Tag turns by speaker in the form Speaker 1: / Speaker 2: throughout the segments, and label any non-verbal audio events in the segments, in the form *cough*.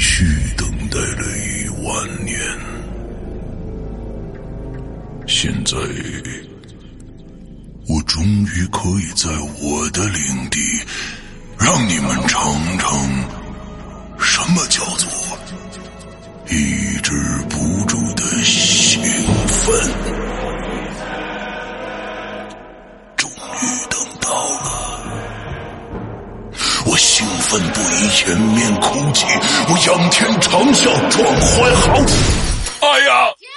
Speaker 1: 续等待了一万年，现在我终于可以在我的领地让你们尝尝什么叫做抑制不住的兴奋。终于等到了。我兴奋不已，掩面哭泣，我仰天长啸，壮怀豪情。哎呀！
Speaker 2: 停！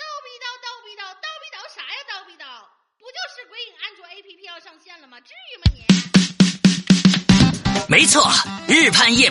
Speaker 2: 叨逼叨叨逼叨叨逼叨啥呀？叨逼叨，不就是鬼影安卓 APP 要上线了吗？至于吗你？
Speaker 3: 没错，日盼夜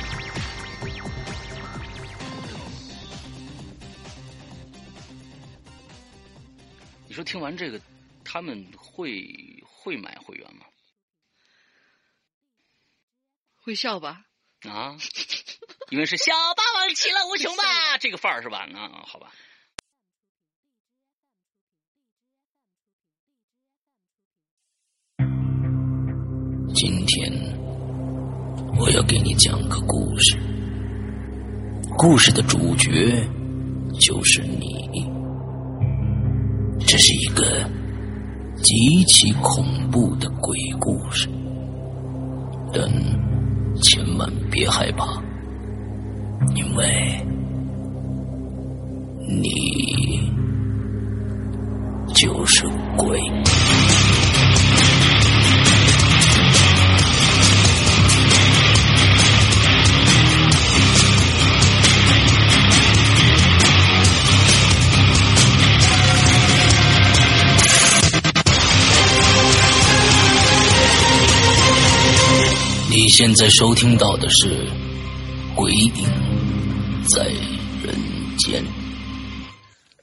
Speaker 4: 你说听完这个，他们会会买会员吗？
Speaker 5: 会笑吧？
Speaker 3: *laughs*
Speaker 4: 啊，因为是小霸王其乐无穷
Speaker 3: *laughs*
Speaker 4: 吧，这个范儿是吧？那好吧，
Speaker 3: 今天我要给你讲个故事，故事的主角就是你。这是一个极其恐怖的鬼故事，但千万别害怕，因为你就是鬼。你现在收听到的是《鬼影在人间》。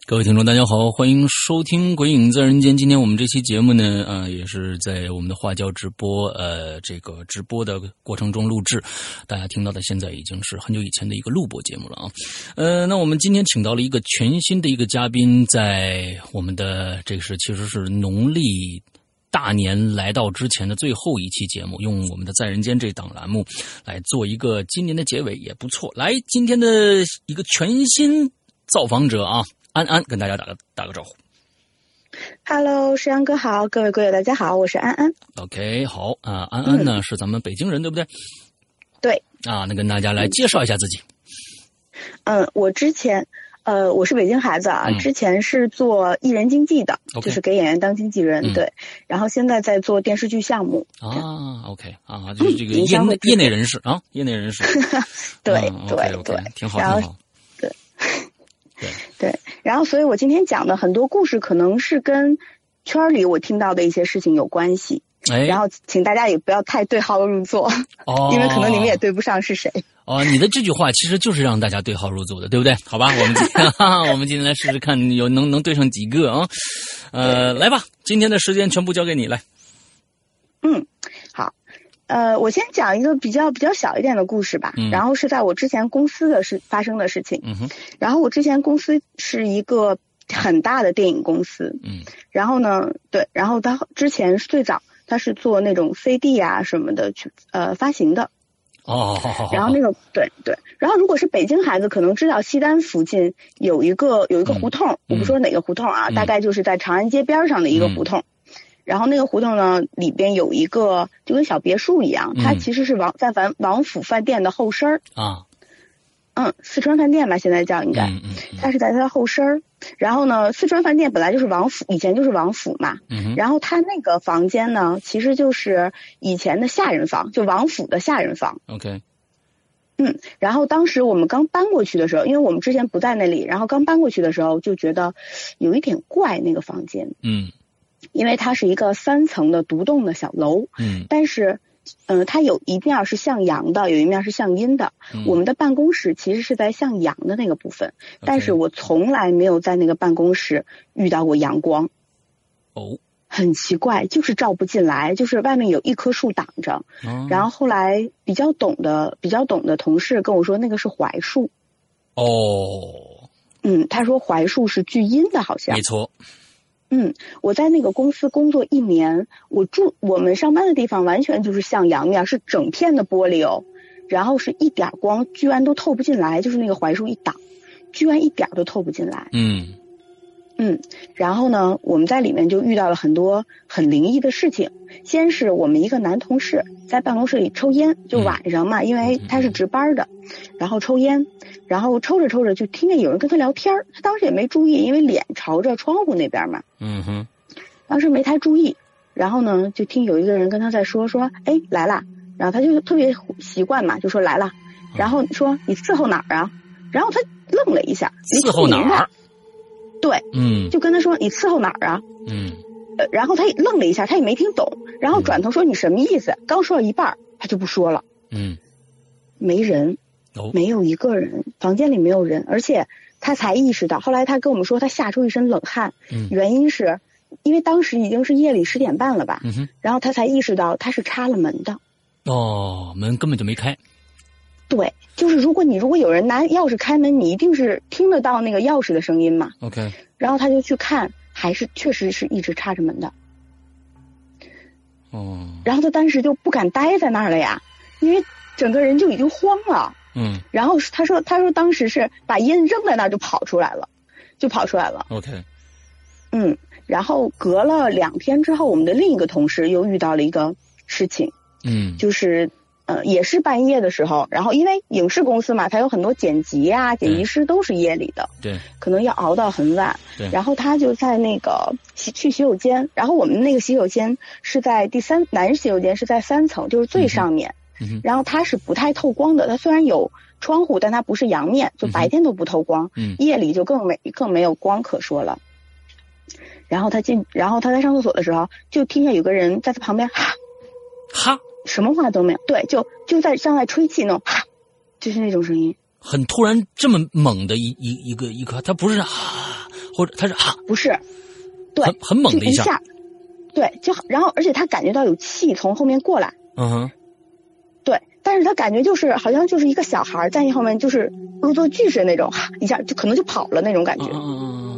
Speaker 3: 各位听众，大家好，欢迎收听《鬼影在人间》。今天我们这期节目呢，啊、也是在我们的话教直播，呃，这个直播的过程中录制。大家听到的现在已经是很久以前的一个录播节目了啊。呃，那我们今天请到了一个全新的一个嘉宾，在我们的这个是其实是农历大年来到之前的最后一期节目，用我们的《在人间》这档栏目来做一个今年的结尾也不错。来，今天的一个全新造访者啊，安安跟大家打个打个招呼。
Speaker 6: Hello，石阳哥好，各位鬼友大家好，我是安安。
Speaker 3: OK，好啊，安安呢、是咱们北京人，对不对？
Speaker 6: 对，
Speaker 3: 啊，那跟大家来介绍一下自己。
Speaker 6: 嗯，我之前呃，我是北京孩子啊，
Speaker 3: 嗯
Speaker 6: 之前是做艺人经纪的
Speaker 3: OK
Speaker 6: 就是给演员当经纪人，
Speaker 3: 嗯
Speaker 6: 对。然后现在在做电视剧项目，
Speaker 3: 啊，OK，啊，就是这个
Speaker 6: 营
Speaker 3: 业
Speaker 6: 销
Speaker 3: 内
Speaker 6: 会
Speaker 3: 业内人士啊，业内人士。
Speaker 6: *laughs* 对、
Speaker 3: 啊 o
Speaker 6: 对
Speaker 3: k o
Speaker 6: 对
Speaker 3: k 挺好，
Speaker 6: 然后
Speaker 3: 挺好。
Speaker 6: 对。然后，所以我今天讲的很多故事，可能是跟圈儿里我听到的一些事情有关系。
Speaker 3: 哎，
Speaker 6: 然后，请大家也不要太对号入座，
Speaker 3: 哦，
Speaker 6: 因为可能你们也对不上是谁。
Speaker 3: 哦，你的这句话其实就是让大家对号入座的，对不对？好吧，我们今哈哈，我们今天 *laughs* 来试试看有能能对上几个啊？呃，来吧，今天的时间全部交给你来。
Speaker 6: 呃，我先讲一个比较比较小一点的故事吧，
Speaker 3: 嗯
Speaker 6: 然后是在我之前公司的事发生的事情。
Speaker 3: 嗯哼，
Speaker 6: 然后我之前公司是一个很大的电影公司，
Speaker 3: 嗯，
Speaker 6: 然后呢，对，然后他之前是最早他是做那种 CD 啊什么的去呃发行的，
Speaker 3: 哦，好好好，
Speaker 6: 然后那种对对，然后如果是北京孩子可能知道西单附近有一个有一个胡同，我不说哪个胡同啊，
Speaker 3: 嗯
Speaker 6: 大概就是在长安街边上的一个胡同。然后那个胡同呢，里边有一个就跟小别墅一样，它
Speaker 3: 嗯
Speaker 6: 其实是王在王王府饭店的后身儿。
Speaker 3: 啊，
Speaker 6: 嗯，四川饭店吧，现在叫应该。
Speaker 7: 嗯嗯嗯
Speaker 6: 它是在它的后身儿。然后呢，四川饭店本来就是王府，以前就是王府嘛。
Speaker 7: 嗯哼
Speaker 6: 然后它那个房间呢，其实就是以前的下人房，就王府的下人房。
Speaker 7: ，OK，
Speaker 6: 嗯，然后当时我们刚搬过去的时候，因为我们之前不在那里，然后刚搬过去的时候就觉得有一点怪那个房间，
Speaker 7: 嗯
Speaker 6: 因为它是一个三层的独栋的小楼，
Speaker 7: 嗯
Speaker 6: 但是。嗯、它有一面是向阳的，有一面是向阴的。
Speaker 7: 嗯，
Speaker 6: 我们的办公室其实是在向阳的那个部分，但是
Speaker 7: OK
Speaker 6: 我从来没有在那个办公室遇到过阳光，
Speaker 7: 哦，
Speaker 6: 很奇怪，就是照不进来，就是外面有一棵树挡着。然
Speaker 7: 后
Speaker 6: 后后来比较懂的、比较懂的同事跟我说，那个是槐树。
Speaker 7: 哦，
Speaker 6: 嗯，他说槐树是聚阴的，好像
Speaker 7: 没。错，
Speaker 6: 嗯，我在那个公司工作一年，我住我们上班的地方完全就是向阳面，是整片的玻璃哦，然后是一点儿光居然都透不进来，就是那个槐树一挡，居然一点儿都透不进来。
Speaker 7: 嗯
Speaker 6: 嗯，然后呢，我们在里面就遇到了很多很灵异的事情。先是我们一个男同事在办公室里抽烟，就
Speaker 7: 嗯
Speaker 6: 晚上嘛，因为他是值班的，然后抽烟，然后抽着抽着就听见有人跟他聊天儿，他当时也没注意，因为脸朝着窗户那边嘛，
Speaker 7: 嗯哼，
Speaker 6: 当时没太注意。然后呢，就听有一个人跟他在说说，哎来啦，然后他就特别习惯嘛，就说来啦，
Speaker 7: 嗯
Speaker 6: 然后说你伺候哪儿啊？然后他愣了一下，没
Speaker 7: 伺候
Speaker 6: 听
Speaker 7: 哪
Speaker 6: 明白
Speaker 7: 儿？
Speaker 6: 对，
Speaker 7: 嗯
Speaker 6: 就跟他说你伺候哪儿啊？
Speaker 7: 嗯
Speaker 6: 呃，然后他也愣了一下，他也没听懂，然后转头说你什么意思？刚说到一半儿，他就不说了，
Speaker 7: 嗯，
Speaker 6: 没人，
Speaker 7: 哦，
Speaker 6: 没有一个人，房间里没有人，而且他才意识到，后来他跟我们说他吓出一身冷汗，
Speaker 7: 嗯
Speaker 6: 原因是因为当时已经是夜里十点半了吧，
Speaker 7: 嗯哼，
Speaker 6: 然后他才意识到他是插了门的。
Speaker 7: 哦，门根本就没开，
Speaker 6: 对，就是如果你如果有人拿钥匙开门，你一定是听得到那个钥匙的声音嘛。
Speaker 7: OK，
Speaker 6: 然后他就去看，还是确实是一直插着门的。
Speaker 7: 哦，
Speaker 6: 然后他当时就不敢待在那儿了呀，因为整个人就已经慌了。
Speaker 7: 嗯
Speaker 6: 然后他说，他说当时是把烟扔在那儿就跑出来了，就跑出来了。
Speaker 7: ，OK，
Speaker 6: 嗯，然后隔了两天之后，我们的另一个同事又遇到了一个事情，
Speaker 7: 嗯
Speaker 6: 就是呃，也是半夜的时候，然后因为影视公司嘛，它有很多剪辑啊，剪辑师都是夜里的，
Speaker 7: 对，
Speaker 6: 可能要熬到很晚
Speaker 7: 对。
Speaker 6: 然后他就在那个洗去洗手间，然后我们那个洗手间是在第三男洗手间是在三层，就是最上面。
Speaker 7: 嗯哼
Speaker 6: 然后它是不太透光的，它虽然有窗户，但它不是阳面，就
Speaker 7: 嗯哼
Speaker 6: 白天都不透光，
Speaker 7: 嗯
Speaker 6: 夜里就更没更没有光可说了。然后他进，然后他在上厕所的时候，就听见有个人在他旁边哈，
Speaker 7: 哈，
Speaker 6: 什么话都没有，对，就就在像在吹气那种哈，就是那种声音，
Speaker 7: 很突然这么猛的一一一个一个，他不是啊，或者他是啊，
Speaker 6: 不是，对，
Speaker 7: 很很猛
Speaker 6: 就
Speaker 7: 的
Speaker 6: 一
Speaker 7: 下，
Speaker 6: 下，对，就然后而且他感觉到有气从后面过来，
Speaker 7: 嗯哼，
Speaker 6: 对，但是他感觉就是好像就是一个小孩在你后面就是恶作剧似的那种，哈一下就可能就跑了那种感觉。
Speaker 7: 嗯嗯嗯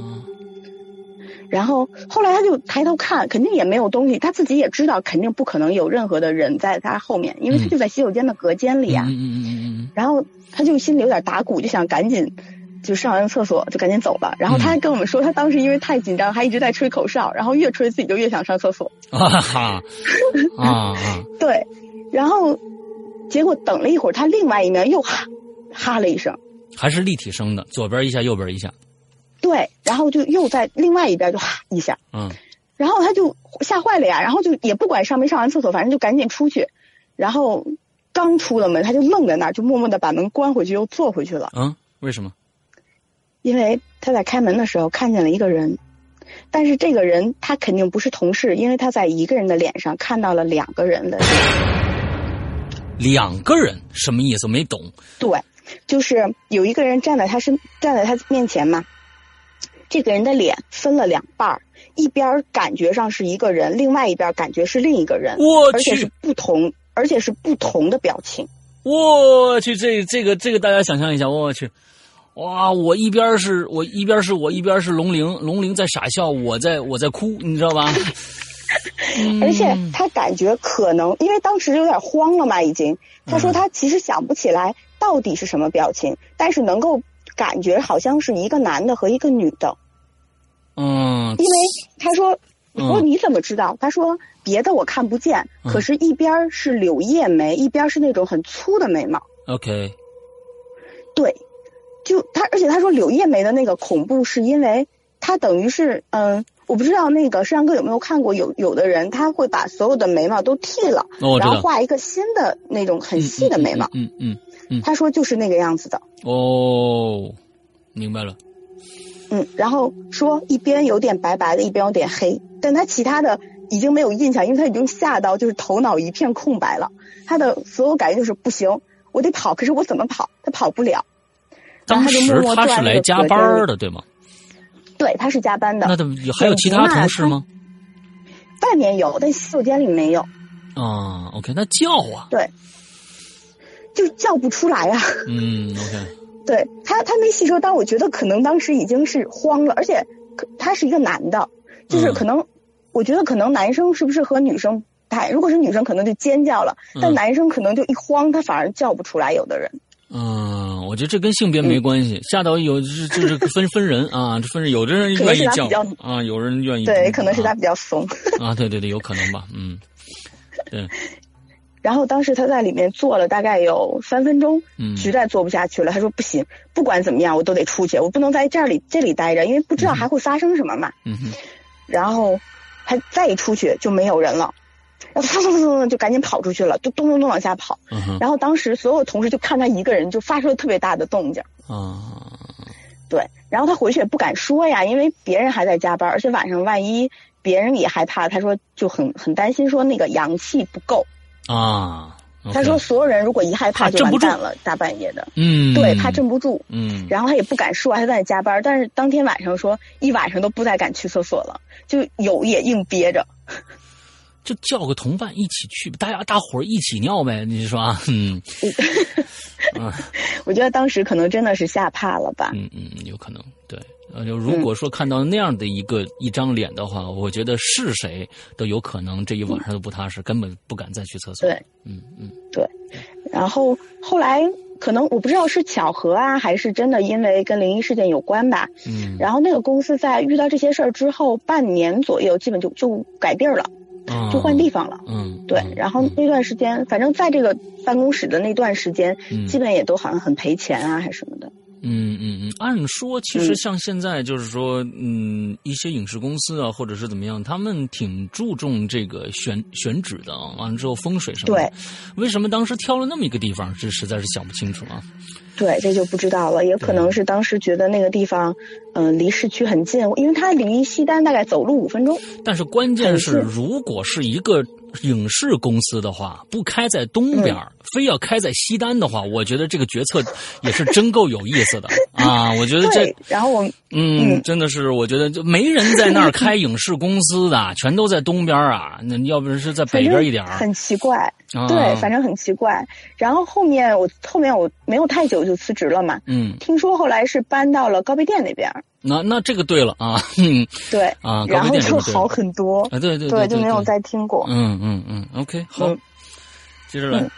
Speaker 6: 然后后来他就抬头看，肯定也没有东西，他自己也知道肯定不可能有任何的人在他后面，因为他就在洗手间的隔间里啊。
Speaker 7: 嗯嗯
Speaker 6: 然后他就心里有点打鼓，就想赶紧就上完厕所就赶紧走了。然后他还跟我们说，他当时因为太紧张，还一直在吹口哨，然后越吹自己就越想上厕所。
Speaker 7: 嗯，啊哈，啊啊，
Speaker 6: 对，然后结果等了一会儿，他另外一面又哈哈了一声，
Speaker 7: 还是立体声的，左边一下，右边一下，
Speaker 6: 对，然后就又在另外一边就哈一下。
Speaker 7: 嗯
Speaker 6: 然后他就吓坏了呀，然后就也不管上没上完厕所，反正就赶紧出去。然后刚出了门，他就愣在那儿，就默默的把门关回去，又坐回去了。
Speaker 7: 嗯，为什么？
Speaker 6: 因为他在开门的时候看见了一个人，但是这个人他肯定不是同事，因为他在一个人的脸上看到了两个人的。
Speaker 7: 两个人什么意思？没懂，
Speaker 6: 对，就是有一个人站在他身，站在他面前嘛。这个人的脸分了两半儿，一边儿感觉上是一个人，另外一边儿感觉是另一个人。
Speaker 7: 我
Speaker 6: 而且是
Speaker 7: 去，
Speaker 6: 不同，而且是不同的表情。
Speaker 7: 我去，这这个这个大家想象一下，我去。哇！我一边是我一边是我一边是龙玲，龙玲在傻笑，我在我在哭，你知道吧？嗯
Speaker 6: 而且他感觉可能，因为当时有点慌了嘛，已经。他说
Speaker 7: 嗯
Speaker 6: 他其实想不起来到底是什么表情，但是能够感觉好像是一个男的和一个女的，
Speaker 7: 嗯
Speaker 6: 因为他说。我说
Speaker 7: 嗯
Speaker 6: 你怎么知道？他说别的我看不见，
Speaker 7: 嗯
Speaker 6: 可是一边儿是柳叶眉，一边儿是那种很粗的眉毛。
Speaker 7: ，OK，
Speaker 6: 对，就他，而且他说柳叶眉的那个恐怖，是因为他等于是，嗯，我不知道那个摄像哥有没有看过，有有的人他会把所有的眉毛都剃了，
Speaker 7: 那哦我知
Speaker 6: 然后
Speaker 7: 道，
Speaker 6: 画一个新的那种很细的眉毛。
Speaker 7: 嗯嗯嗯嗯
Speaker 6: 他说就是那个样子的，
Speaker 7: 哦，明白了，
Speaker 6: 嗯，然后说一边有点白白的，一边有点黑，但他其他的已经没有印象，因为他已经吓到就是头脑一片空白了，他的所有感觉就是不行，我得跑，可是我怎么跑？他跑不了。然
Speaker 7: 当
Speaker 6: 后他就
Speaker 7: 时
Speaker 6: 默默
Speaker 7: 他
Speaker 6: 坐
Speaker 7: 是
Speaker 6: 在那
Speaker 7: 来
Speaker 6: 个
Speaker 7: 加
Speaker 6: 隔间
Speaker 7: 班
Speaker 6: 里
Speaker 7: 儿的，对吗？
Speaker 6: 对，他是加班的
Speaker 7: 那，怎么有还有其他同事吗？
Speaker 6: 外面有，但洗手间里没有，
Speaker 7: 啊，OK，那叫啊，
Speaker 6: 就叫不出来啊。
Speaker 7: 嗯，OK，
Speaker 6: 对他，他没细说，但我觉得可能当时已经是慌了，而且可他是一个男的，就是
Speaker 7: 嗯
Speaker 6: 可能，我觉得可能男生是不是和女生不太，如果是女生可能就尖叫了，但
Speaker 7: 嗯
Speaker 6: 男生可能就一慌，他反而叫不出来。有的人，
Speaker 7: 嗯，我觉得这跟性别没关系，吓到有就是就是分分人啊，这分人，有的人
Speaker 6: 可能
Speaker 7: 愿
Speaker 6: 是
Speaker 7: 意
Speaker 6: 他
Speaker 7: 叫
Speaker 6: 比较
Speaker 7: 啊，有人愿意
Speaker 6: 对，
Speaker 7: 不
Speaker 6: 可能是他
Speaker 7: 啊
Speaker 6: 比较怂。 *laughs*
Speaker 7: 啊，对对对，有可能吧，嗯，
Speaker 6: 然后当时他在里面坐了大概有三分钟，
Speaker 7: 嗯
Speaker 6: 实在坐不下去了，他说不行，不管怎么样我都得出去，我不能在这里这里待着，因为不知道还会发生什么嘛。
Speaker 7: 嗯哼，
Speaker 6: 然后他再一出去就没有人了，然后他咚咚咚咚就赶紧跑出去了，就咚咚咚往下跑。
Speaker 7: 嗯哼，
Speaker 6: 然后当时所有同事就看他一个人，就发出了特别大的动静。
Speaker 7: 啊，
Speaker 6: 对，然后他回去也不敢说呀，因为别人还在加班，而且晚上万一别人也害怕，他说就很很担心，说那个阳气不够。
Speaker 7: 啊，OK，
Speaker 6: 他说所有人如果一害怕
Speaker 7: 怕
Speaker 6: 就
Speaker 7: 镇
Speaker 6: 完
Speaker 7: 不住
Speaker 6: 蛋了，大半夜的，
Speaker 7: 嗯，
Speaker 6: 对，怕镇不住。
Speaker 7: 嗯，
Speaker 6: 然后他也不敢说，还在那加班。但是当天晚上说一晚上都不再敢去厕所了，就有也硬憋着。
Speaker 7: 就叫个同伴一起去，大家大伙儿一起尿呗，你说啊，嗯
Speaker 6: 我觉得当时可能真的是吓怕了吧。
Speaker 7: 嗯嗯，有可能，对。呃，就如
Speaker 6: 嗯
Speaker 7: 果说看到那样的一个、一张脸的话，我觉得是谁都有可能这一晚上都不踏实，根本不敢再去厕所。
Speaker 6: 对，
Speaker 7: 嗯嗯
Speaker 6: 然后后来可能我不知道是巧合啊，还是真的因为跟灵异事件有关吧。
Speaker 7: 嗯，
Speaker 6: 然后那个公司在遇到这些事儿之后，半年左右基本就就改地儿了，
Speaker 7: 啊
Speaker 6: 就换地方了。
Speaker 7: 嗯，
Speaker 6: 对
Speaker 7: 嗯，
Speaker 6: 然后那段时间，反正在这个办公室的那段时间，
Speaker 7: 嗯
Speaker 6: 基本也都好像很赔钱啊，还什么的。
Speaker 7: 嗯嗯嗯，按说其实像现在就是说，嗯，一些影视公司啊，或者是怎么样，他们挺注重这个选选址的啊。完了之后风水什么的，
Speaker 6: 对，
Speaker 7: 为什么当时挑了那么一个地方，这实在是想不清楚啊。
Speaker 6: 对，这就不知道了，也可能
Speaker 7: 嗯
Speaker 6: 是当时觉得那个地方，嗯、离市区很近，因为它离西单大概走路五分钟。
Speaker 7: 但是关键是，
Speaker 6: 很
Speaker 7: 如果是一个影视公司的话，不开在东
Speaker 6: 嗯
Speaker 7: 边儿，非要开在西单的话，我觉得这个决策也是真够有意思的啊！我觉得这
Speaker 6: 对，然后我们
Speaker 7: 嗯，
Speaker 6: 嗯
Speaker 7: 真的是，我觉得就没人在那儿开影视公司的，全都在东边儿啊，那要不然是在
Speaker 6: 反
Speaker 7: 北边
Speaker 6: 正
Speaker 7: 儿一点儿。
Speaker 6: 很奇怪，
Speaker 7: 啊、
Speaker 6: 对，反正很奇怪。然后后面我后面我没有太久就辞职了嘛，
Speaker 7: 嗯，
Speaker 6: 听说后来是搬到了高碑店那边儿，
Speaker 7: 那那这个对了啊，嗯
Speaker 6: 对，
Speaker 7: 啊，高
Speaker 6: 然
Speaker 7: 碑
Speaker 6: 后
Speaker 7: 店这
Speaker 6: 就
Speaker 7: 个对了
Speaker 6: 好很多，
Speaker 7: 啊，对对对
Speaker 6: 就没有再听过。
Speaker 7: 嗯嗯嗯，OK，好，
Speaker 6: 嗯
Speaker 7: 接着来，
Speaker 6: 嗯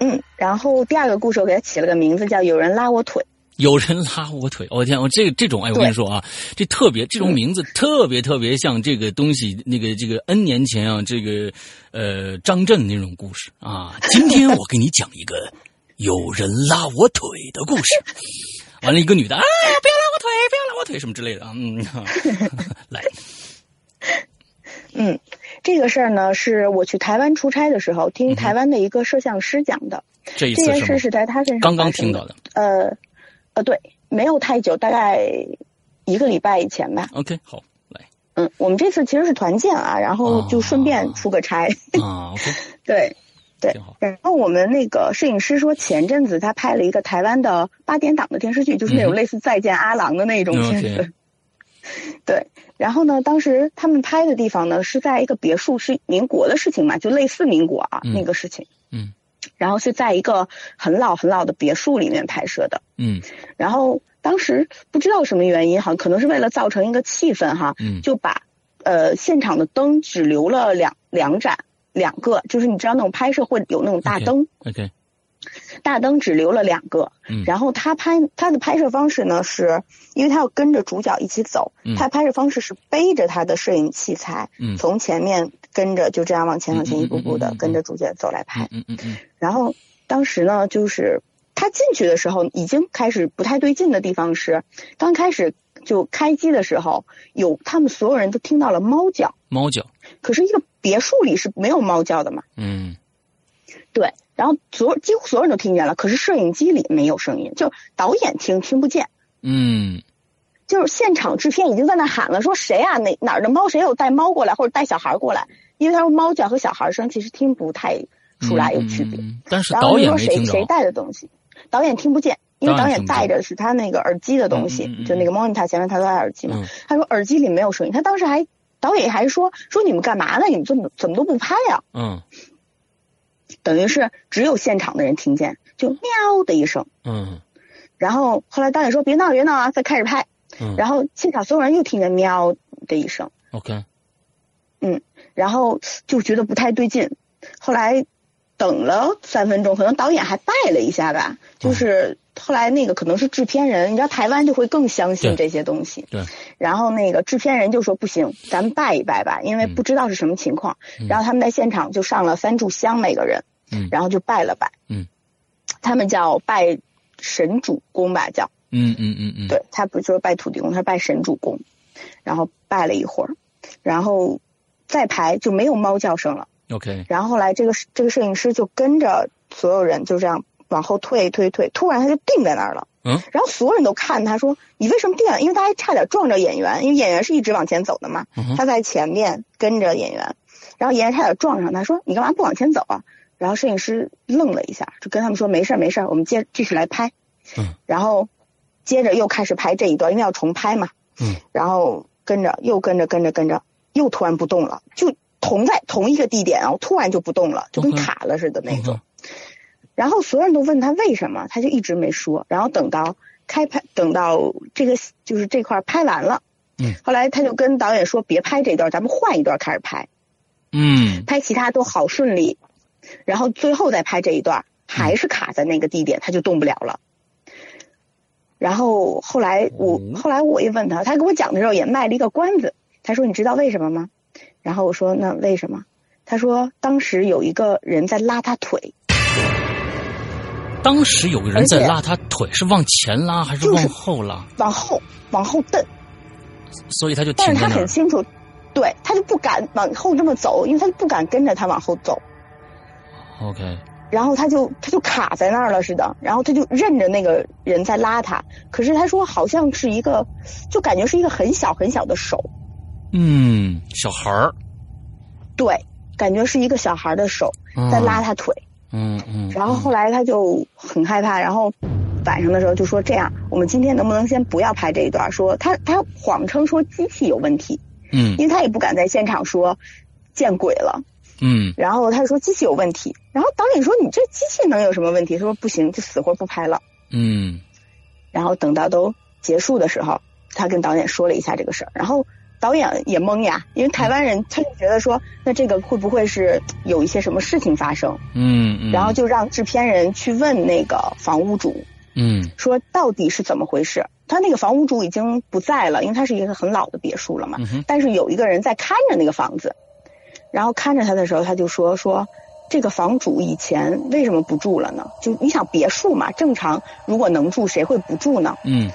Speaker 6: 嗯，然后第二个故事我给它起了个名字叫“有人拉我腿
Speaker 7: 有人拉我腿，我、天，我这这种哎，我
Speaker 6: 对
Speaker 7: 跟你说啊，这特别这种名字特别特别像这个东西，那个这个 N 年前啊，这个呃张震那种故事啊。今天我给你讲一个有人拉我腿的故事。完了，一个女的，哎，不要拉我腿，不要拉我腿，什么之类的啊，嗯， *laughs* 哈来，”。
Speaker 6: 嗯，这个事儿呢是我去台湾出差的时候
Speaker 7: 嗯
Speaker 6: 听
Speaker 7: 哼
Speaker 6: 台湾的一个摄像师讲的，
Speaker 7: 这一
Speaker 6: 这
Speaker 7: 次
Speaker 6: 件
Speaker 7: 是
Speaker 6: 事
Speaker 7: 吗？
Speaker 6: 是在他身上
Speaker 7: 刚刚
Speaker 6: 发生
Speaker 7: 听到的。
Speaker 6: 呃，呃，对，没有太久，大概一个礼拜以前吧。
Speaker 7: OK，好，来
Speaker 6: *laughs* 嗯，我们这次其实是团建啊，然后就顺
Speaker 7: 哦
Speaker 6: 便出个差。 *laughs*
Speaker 7: 啊，OK，
Speaker 6: 对，对
Speaker 7: 挺好。
Speaker 6: 然后我们那个摄影师说，前阵子他拍了一个台湾的八点档的电视剧，就是那
Speaker 7: 嗯
Speaker 6: 种
Speaker 7: 哼
Speaker 6: 类似《再见阿郎》的那种
Speaker 7: 嗯
Speaker 6: 片子。对，然后呢，当时他们拍的地方呢是在一个别墅，是民国的事情嘛，就类似民国啊、
Speaker 7: 嗯
Speaker 6: 那个事情。
Speaker 7: 嗯。
Speaker 6: 然后是在一个很老很老的别墅里面拍摄的。
Speaker 7: 嗯
Speaker 6: 然后当时不知道什么原因哈，可能是为了造成一个气氛哈，
Speaker 7: 嗯
Speaker 6: 就把呃现场的灯只留了两两盏。两个就是你知道那种拍摄会有那种大
Speaker 7: OK
Speaker 6: 灯
Speaker 7: ，OK，
Speaker 6: 大灯只留了两个。
Speaker 7: 嗯
Speaker 6: 然后他拍他的拍摄方式呢，是因为他要跟着主角一起走，
Speaker 7: 嗯
Speaker 6: 他拍摄方式是背着他的摄影器材，
Speaker 7: 嗯
Speaker 6: 从前面跟着就这样往前往前
Speaker 7: 嗯嗯
Speaker 6: 一步步
Speaker 7: 嗯嗯
Speaker 6: 的
Speaker 7: 嗯
Speaker 6: 跟着主角走来拍。
Speaker 7: 嗯嗯嗯嗯
Speaker 6: 然后当时呢，就是他进去的时候已经开始不太对劲的地方是，刚开始就开机的时候，有他们所有人都听到了猫叫，
Speaker 7: 猫叫，
Speaker 6: 可是一个别墅里是没有猫叫的嘛，
Speaker 7: 嗯
Speaker 6: 对。然后所有几乎所有人都听见了，可是摄影机里没有声音，就导演听听不见。
Speaker 7: 嗯
Speaker 6: 就是现场制片已经在那喊了，说谁啊哪哪儿的猫谁有带猫过来或者带小孩过来，因为他说猫叫和小孩声其实听不太出来有区别。
Speaker 7: 嗯嗯嗯但是
Speaker 6: 然后
Speaker 7: 导
Speaker 6: 就
Speaker 7: 演
Speaker 6: 说
Speaker 7: 没
Speaker 6: 谁
Speaker 7: 听着
Speaker 6: 谁，带的东西，导演听不见，因为
Speaker 7: 导
Speaker 6: 导
Speaker 7: 演听
Speaker 6: 演
Speaker 7: 不
Speaker 6: 戴
Speaker 7: 见
Speaker 6: 着是他那个耳机的东西，
Speaker 7: 嗯嗯嗯嗯
Speaker 6: 就那个 monitor 前面他都戴耳机嘛。
Speaker 7: 嗯
Speaker 6: 他说耳机里没有声音，他当时还导演还说说你们干嘛呢？你们怎么怎么都不拍啊？
Speaker 7: 嗯
Speaker 6: 等于是只有现场的人听见，就喵的一声。
Speaker 7: 嗯
Speaker 6: 然后后来导演说别闹别闹啊，再开始拍。
Speaker 7: 嗯，
Speaker 6: 然后现场所有人又听见喵的一声。
Speaker 7: OK，
Speaker 6: 然后就觉得不太对劲。后来等了三分钟，可能导演还拜了一下吧，
Speaker 7: 嗯
Speaker 6: 就是后来那个可能是制片人，你知道台湾就会更相信
Speaker 7: 对
Speaker 6: 这些东西。
Speaker 7: 对。
Speaker 6: 然后那个制片人就说不行，咱们拜一拜吧，因为
Speaker 7: 嗯
Speaker 6: 不知道是什么情况。
Speaker 7: 嗯
Speaker 6: 然后他们在现场就上了三炷香，每个人，
Speaker 7: 嗯
Speaker 6: 然后就拜了拜。
Speaker 7: 嗯。
Speaker 6: 他们叫拜神主公吧，叫。
Speaker 7: 嗯嗯嗯嗯，
Speaker 6: 对他不就是拜土地公，他拜神主公，然后拜了一会儿，然后再排就没有猫叫声了。
Speaker 7: ，OK，
Speaker 6: 然后后来这个这个摄影师就跟着所有人就这样往后退退退，突然他就定在那儿了。
Speaker 7: 嗯，
Speaker 6: 然后所有人都看他说：“你为什么定啊？”因为他还差点撞着演员，因为演员是一直往前走的嘛，
Speaker 7: 嗯哼
Speaker 6: 他在前面跟着演员，然后演员差点撞上他，说：“你干嘛不往前走啊？”然后摄影师愣了一下，就跟他们说：“没事儿，没事儿，我们接继续来拍。”
Speaker 7: 嗯，
Speaker 6: 然后接着又开始拍这一段，因为要重拍嘛。
Speaker 7: 嗯，
Speaker 6: 然后跟着又跟着跟着跟着又突然不动了，就同在同一个地点，然后啊突然就不动了，就跟
Speaker 7: OK 嗯
Speaker 6: 卡了似的那种。
Speaker 7: OK
Speaker 6: 然后所有人都问他为什么，他就一直没说。然后等到开拍，等到这个就是这块儿拍完了，
Speaker 7: 嗯，
Speaker 6: 后来他就跟导演说别拍这段，咱们换一段开始拍，
Speaker 7: 嗯
Speaker 6: 拍其他都好顺利，然后最后再拍这一
Speaker 7: 嗯
Speaker 6: 段，还是卡在那个地点，他就动不了了。然后后来我
Speaker 7: 哦
Speaker 6: 后来我也问他，他给我讲的时候也卖了一个关子，他说你知道为什么吗？然后我说那为什么？他说当时有一个人在拉他腿。
Speaker 7: 嗯当时有个人
Speaker 6: 而
Speaker 7: 在
Speaker 6: 且
Speaker 7: 拉他腿，是往前拉还是
Speaker 6: 就是
Speaker 7: 往后拉？
Speaker 6: 往后往后蹬，
Speaker 7: 所以他就
Speaker 6: 但
Speaker 7: 停
Speaker 6: 是他
Speaker 7: 在那儿
Speaker 6: 很。清楚，对，他就不敢往后这么走，因为他就不敢跟着他往后走，
Speaker 7: OK，
Speaker 6: 然后他就他就卡在那儿了似的，然后他就认着那个人在拉他，可是他说好像是一个，就感觉是一个很小很小的手，
Speaker 7: 嗯，小孩儿
Speaker 6: 对，感觉是一个小孩的手在拉，他腿，
Speaker 7: 嗯嗯，嗯
Speaker 6: 然后后来他就很害怕，然后晚上的时候就说这样，我们今天能不能先不要拍这一段？说他他谎称说机器有问题，
Speaker 7: 嗯
Speaker 6: 因为他也不敢在现场说见鬼了。
Speaker 7: 嗯
Speaker 6: 然后他说机器有问题，然后导演说你这机器能有什么问题？他说不行，就死活不拍了。
Speaker 7: 嗯
Speaker 6: 然后等到都结束的时候，他跟导演说了一下这个事儿，然后导演也懵呀，因为台湾人他就觉得说那这个会不会是有一些什么事情发生？
Speaker 7: 嗯嗯，
Speaker 6: 然后就让制片人去问那个房屋主，
Speaker 7: 嗯
Speaker 6: 说到底是怎么回事？他那个房屋主已经不在了，因为他是一个很老的别墅了嘛。
Speaker 7: 嗯哼
Speaker 6: 但是有一个人在看着那个房子，然后看着他的时候，他就说说这个房主以前为什么不住了呢？就你想别墅嘛，正常如果能住，谁会不住呢？
Speaker 7: 嗯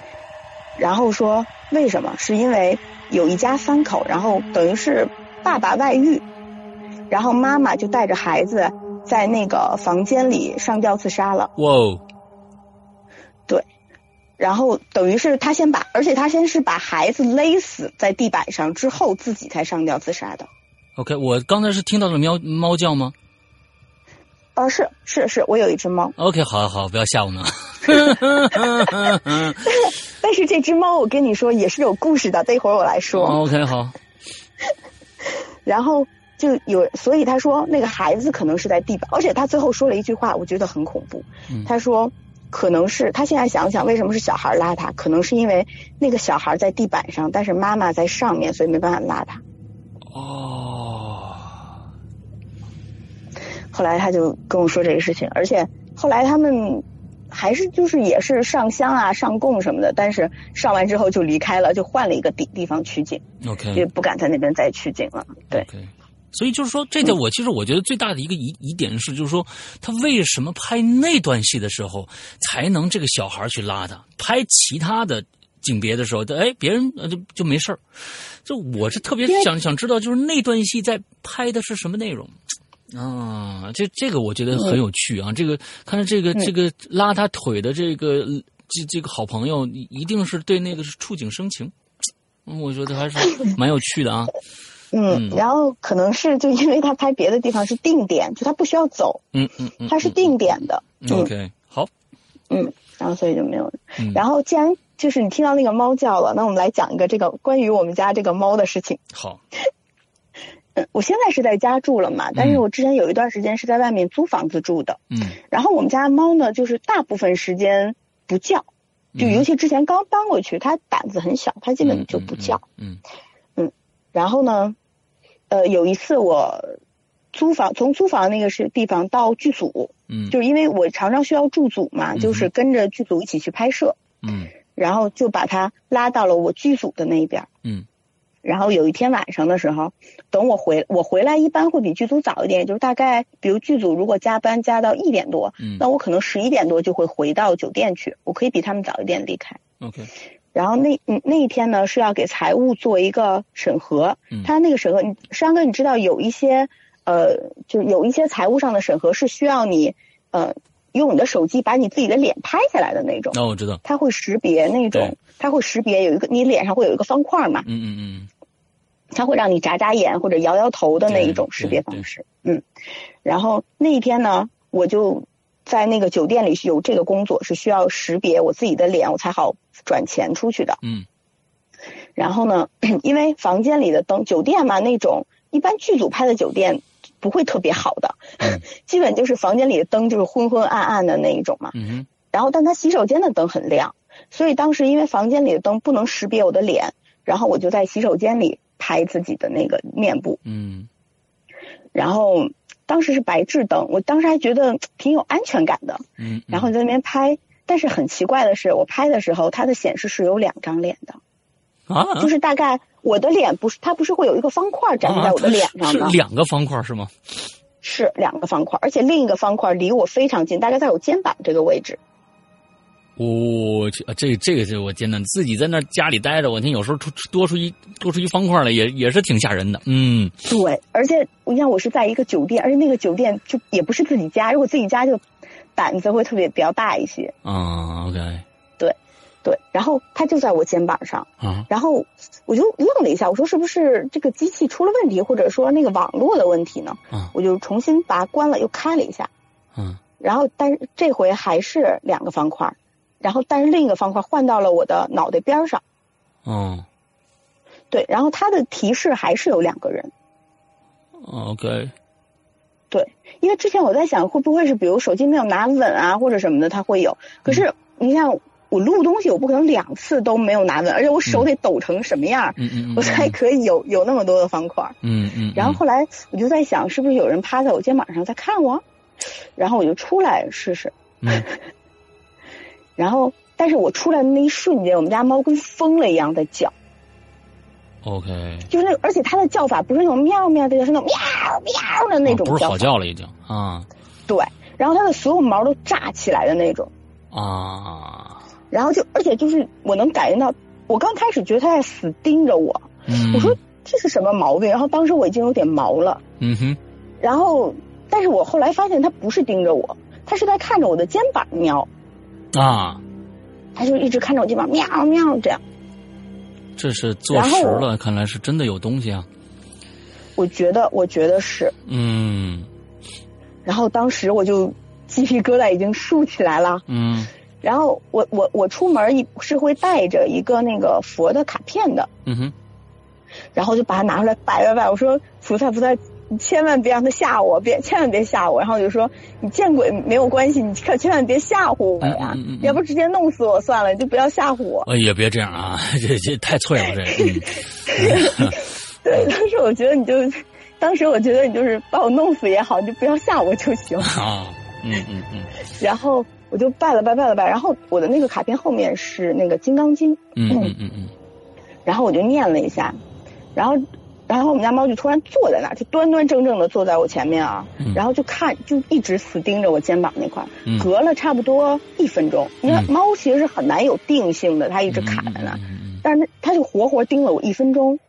Speaker 6: 然后说为什么？是因为有一家三口，然后等于是爸爸外遇，然后妈妈就带着孩子在那个房间里上吊自杀了。
Speaker 7: 哇哦
Speaker 6: 然后等于是他先把，而且他先是把孩子勒死在地板上，之后自己才上吊自杀的。
Speaker 7: ，OK，我刚才是听到了喵猫叫吗
Speaker 6: 呃，是是是，我有一只猫，
Speaker 7: ？OK，好好，不要吓我们啊。
Speaker 6: 但是这只猫我跟你说也是有故事的，待会儿我来说。
Speaker 7: OK，好，
Speaker 6: 然后就有，所以他说那个孩子可能是在地板，而且他最后说了一句话，我觉得很恐怖。
Speaker 7: 嗯
Speaker 6: 他说，可能是他现在想想为什么是小孩拉他，可能是因为那个小孩在地板上，但是妈妈在上面，所以没办法拉他。
Speaker 7: 哦，
Speaker 6: 后来他就跟我说这个事情，而且后来他们还是就是也是上香啊、上供什么的，但是上完之后就离开了，就换了一个地地方取景，
Speaker 7: OK，
Speaker 6: 也不敢在那边再取景了。对嗯
Speaker 7: OK，所以就是说，这点我其实我觉得最大的一个疑疑点是，就是说他为什么拍那段戏的时候才能这个小孩去拉他，拍其他的景别的时候，哎，别人呃就就没事儿。就我是特别想想知道，就是那段戏在拍的是什么内容。啊，这这个我觉
Speaker 6: 嗯
Speaker 7: 得很有趣啊！这个看来这个这个拉他腿的这个这这个好朋友，一定是对那个是触景生情，嗯我觉
Speaker 6: *laughs*
Speaker 7: 得还是蛮有趣的啊。
Speaker 6: 嗯，然后可能是就因为他拍别的地方是定点，就他不需要走，
Speaker 7: 嗯嗯嗯，
Speaker 6: 他是定点的。
Speaker 7: 嗯 OK，好，
Speaker 6: 嗯，然后所以就没有。
Speaker 7: 嗯
Speaker 6: 然后既然就是你听到那个猫叫了，那我们来讲一个这个关于我们家这个猫的事情。
Speaker 7: 好，
Speaker 6: 嗯，我现在是在家住了嘛，但是
Speaker 7: 嗯
Speaker 6: 我之前有一段时间是在外面租房子住的。
Speaker 7: 嗯
Speaker 6: 然后我们家猫呢，就是大部分时间不叫，就
Speaker 7: 嗯
Speaker 6: 尤其之前刚搬过去，它胆子很小，它基本就不叫。，
Speaker 7: 嗯
Speaker 6: 然后呢，呃，有一次我租房从租房那个是地方到剧组，
Speaker 7: 嗯
Speaker 6: 就是因为我常常需要驻组嘛，
Speaker 7: 嗯
Speaker 6: 就是跟着剧组一起去拍摄，
Speaker 7: 嗯
Speaker 6: 然后就把它拉到了我剧组的那边儿。
Speaker 7: 嗯
Speaker 6: 然后有一天晚上的时候，等我回我回来，一般会比剧组早一点，也就是大概比如剧组如果加班加到一点多，
Speaker 7: 嗯
Speaker 6: 那我可能十一点多就会回到酒店去，我可以比他们早一点离开。
Speaker 7: ，OK，
Speaker 6: 然后那嗯那一天呢是要给财务做一个审核
Speaker 7: 嗯，
Speaker 6: 他那个审核，你山哥你知道有一些呃，就有一些财务上的审核是需要你呃用你的手机把你自己的脸拍下来的那种，
Speaker 7: 那我知道，
Speaker 6: 它会识别那种
Speaker 7: 对，
Speaker 6: 它会识别有一个你脸上会有一个方块嘛，
Speaker 7: 嗯嗯嗯
Speaker 6: 它会让你眨眨眼或者摇摇头的那一种
Speaker 7: 对
Speaker 6: 识别方式。嗯，然后那一天呢，我就在那个酒店里是有这个工作，是需要识别我自己的脸，我才好转钱出去的。
Speaker 7: 嗯
Speaker 6: 然后呢， *clears throat* 因为房间里的灯，酒店嘛那种，一般剧组拍的酒店不会特别好的，
Speaker 7: 嗯
Speaker 6: *laughs* 基本就是房间里的灯就是昏昏暗暗的那一种嘛。
Speaker 7: 嗯哼
Speaker 6: 然后但他洗手间的灯很亮，所以当时因为房间里的灯不能识别我的脸，然后我就在洗手间里拍自己的那个面部，
Speaker 7: 嗯
Speaker 6: 然后当时是白炽灯，我当时还觉得挺有安全感的，
Speaker 7: 嗯，
Speaker 6: 然后就在那边拍。但是很奇怪的是，我拍的时候，它的显示是有两张脸的，
Speaker 7: 啊，
Speaker 6: 就是大概我的脸不是它不是会有一个方块展示在我的脸上
Speaker 7: 啊是
Speaker 6: 吗？
Speaker 7: 两个方块是吗？
Speaker 6: 是两个方块，而且另一个方块离我非常近，大概在我肩膀这个位置。
Speaker 7: 我去，啊这这个是我艰难，自己在那家里待着，我天，有时候出多出一多出一方块来，也也是挺吓人的。嗯，
Speaker 6: 对，而且你像我是在一个酒店，而且那个酒店就也不是自己家，如果自己家就胆子会特别比较大一些。
Speaker 7: 啊，OK，
Speaker 6: 对，然后它就在我肩膀上，
Speaker 7: 啊，
Speaker 6: 然后我就愣了一下，我说是不是这个机器出了问题，或者说那个网络的问题呢？
Speaker 7: 啊
Speaker 6: 我就重新把它关了，又开了一下，
Speaker 7: 嗯
Speaker 6: 然后但是这回还是两个方块，然后但是另一个方块换到了我的脑袋边儿上，
Speaker 7: 哦
Speaker 6: 对，然后它的提示还是有两个人。
Speaker 7: ，OK，
Speaker 6: 因为之前我在想，会不会是比如手机没有拿稳啊，或者什么的，它会有。可是
Speaker 7: 嗯
Speaker 6: 你像我录东西，我不可能两次都没有拿稳，而且我手得抖成什么样儿，
Speaker 7: 嗯嗯，
Speaker 6: 我才可以有有那么多的方块儿。
Speaker 7: 嗯嗯，
Speaker 6: 然后后来我就在想，是不是有人趴在我肩膀上在看我？然后我就出来试试。
Speaker 7: 嗯
Speaker 6: 然后，但是我出来的那一瞬间，我们家猫跟疯了一样在叫，
Speaker 7: OK，
Speaker 6: 就是那，而且它的叫法不是那种喵喵的，是那种喵喵的那种
Speaker 7: 哦不是
Speaker 6: 叫
Speaker 7: 好
Speaker 6: 法。
Speaker 7: 叫了已经啊
Speaker 6: 对，然后它的所有毛都炸起来的那种。
Speaker 7: 啊，
Speaker 6: 然后就而且就是我能感觉到，我刚开始觉得他在死盯着我，
Speaker 7: 嗯，
Speaker 6: 我说这是什么毛病？然后当时我已经有点毛了，
Speaker 7: 嗯哼，
Speaker 6: 然后但是我后来发现他不是盯着我，他是在看着我的肩膀瞄，
Speaker 7: 啊，
Speaker 6: 他就一直看着我肩膀喵喵这样，
Speaker 7: 这是坐实了，看来是真的有东西啊，
Speaker 6: 我觉得我觉得是，
Speaker 7: 嗯
Speaker 6: 然后当时我就鸡皮疙瘩已经竖起来了，
Speaker 7: 嗯
Speaker 6: 然后我我我出门一是会带着一个那个佛的卡片的，
Speaker 7: 嗯哼，
Speaker 6: 然后就把它拿出来摆摆摆。我说：“菩萨，菩萨，你千万别让他吓我，别千万别吓我。”然后我就说：“你见鬼没有关系，你可千万别吓唬我呀，
Speaker 7: 嗯嗯嗯嗯
Speaker 6: 要不直接弄死我算了，你就不要吓唬我。
Speaker 7: 哎也别这样啊，这这太脆了，这，”
Speaker 6: 对，当时我觉得你就，当时我觉得你就是把我弄死也好，你就不要吓我就行。
Speaker 7: 啊，嗯嗯嗯
Speaker 6: 然后我就拜了拜，拜了拜。然后我的那个卡片后面是那个《金刚经》，
Speaker 7: 嗯嗯嗯嗯
Speaker 6: 然后我就念了一下，然后然后我们家猫就突然坐在那儿，就端端正正的坐在我前面啊，
Speaker 7: 嗯
Speaker 6: 然后就看，就一直死盯着我肩膀那块儿，
Speaker 7: 嗯
Speaker 6: 隔了差不多一分钟。你看
Speaker 7: 嗯
Speaker 6: 猫其实是很难有定性的，它一直卡在那儿，
Speaker 7: 嗯
Speaker 6: 但是它它就活活盯了我一分钟，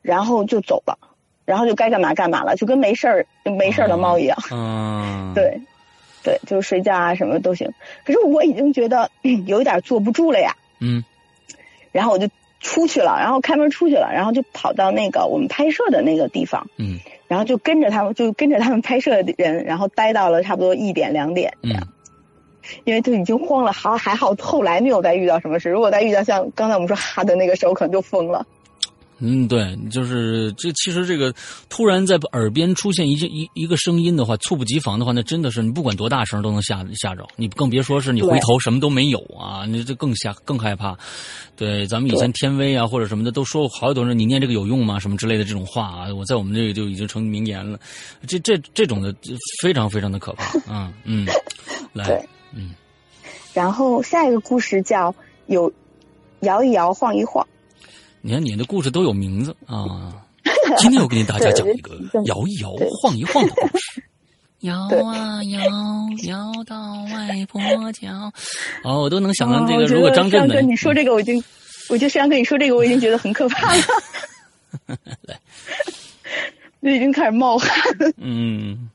Speaker 6: 然后就走了，然后就该干嘛干嘛了，就跟没事儿没事儿的猫一样。
Speaker 7: 嗯，嗯，
Speaker 6: 对，对，就是睡觉啊什么都行。可是我已经觉得 *clears throat* 有一点坐不住了呀，
Speaker 7: 嗯
Speaker 6: 然后我就出去了，然后开门出去了，然后就跑到那个我们拍摄的那个地方，
Speaker 7: 嗯
Speaker 6: 然后就跟着他们，就跟着他们拍摄的人，然后待到了差不多一点两点，
Speaker 7: 嗯
Speaker 6: 因为就已经慌了。好，还好后来没有再遇到什么事。如果再遇到像刚才我们说哈的那个时候，可能就疯了。
Speaker 7: 嗯，对，就是这其实这个突然在耳边出现一件一一个声音的话，猝不及防的话，那真的是你不管多大声都能吓吓着，你更别说是你回头什么都没有啊，你这更吓更害怕。对，咱们以前天威啊或者什么的都说过好多人，你念这个有用吗？什么之类的这种话啊，我在我们这个就已经成名言了。这这这种的非常非常的可怕
Speaker 6: *laughs*
Speaker 7: 啊，嗯，来
Speaker 6: 对，然后下一个故事叫有摇一摇，晃一晃。
Speaker 7: 你看你的故事都有名字啊。今天我给大家讲一个
Speaker 6: 对
Speaker 7: 摇一摇
Speaker 6: 对、
Speaker 7: 晃一晃的故事。
Speaker 5: 摇
Speaker 6: 对
Speaker 5: 啊摇，摇到外婆家。
Speaker 7: 哦，我都能想到这
Speaker 6: 哦
Speaker 7: 个，
Speaker 6: 我觉
Speaker 7: 如果
Speaker 6: 得
Speaker 7: 张震
Speaker 6: 山
Speaker 7: 的
Speaker 6: 哥，，你说这个我已经，我觉得山哥你说这个我已经觉得很可怕了。
Speaker 7: *laughs*
Speaker 6: 来， *laughs* 就已经开始冒汗。
Speaker 7: 嗯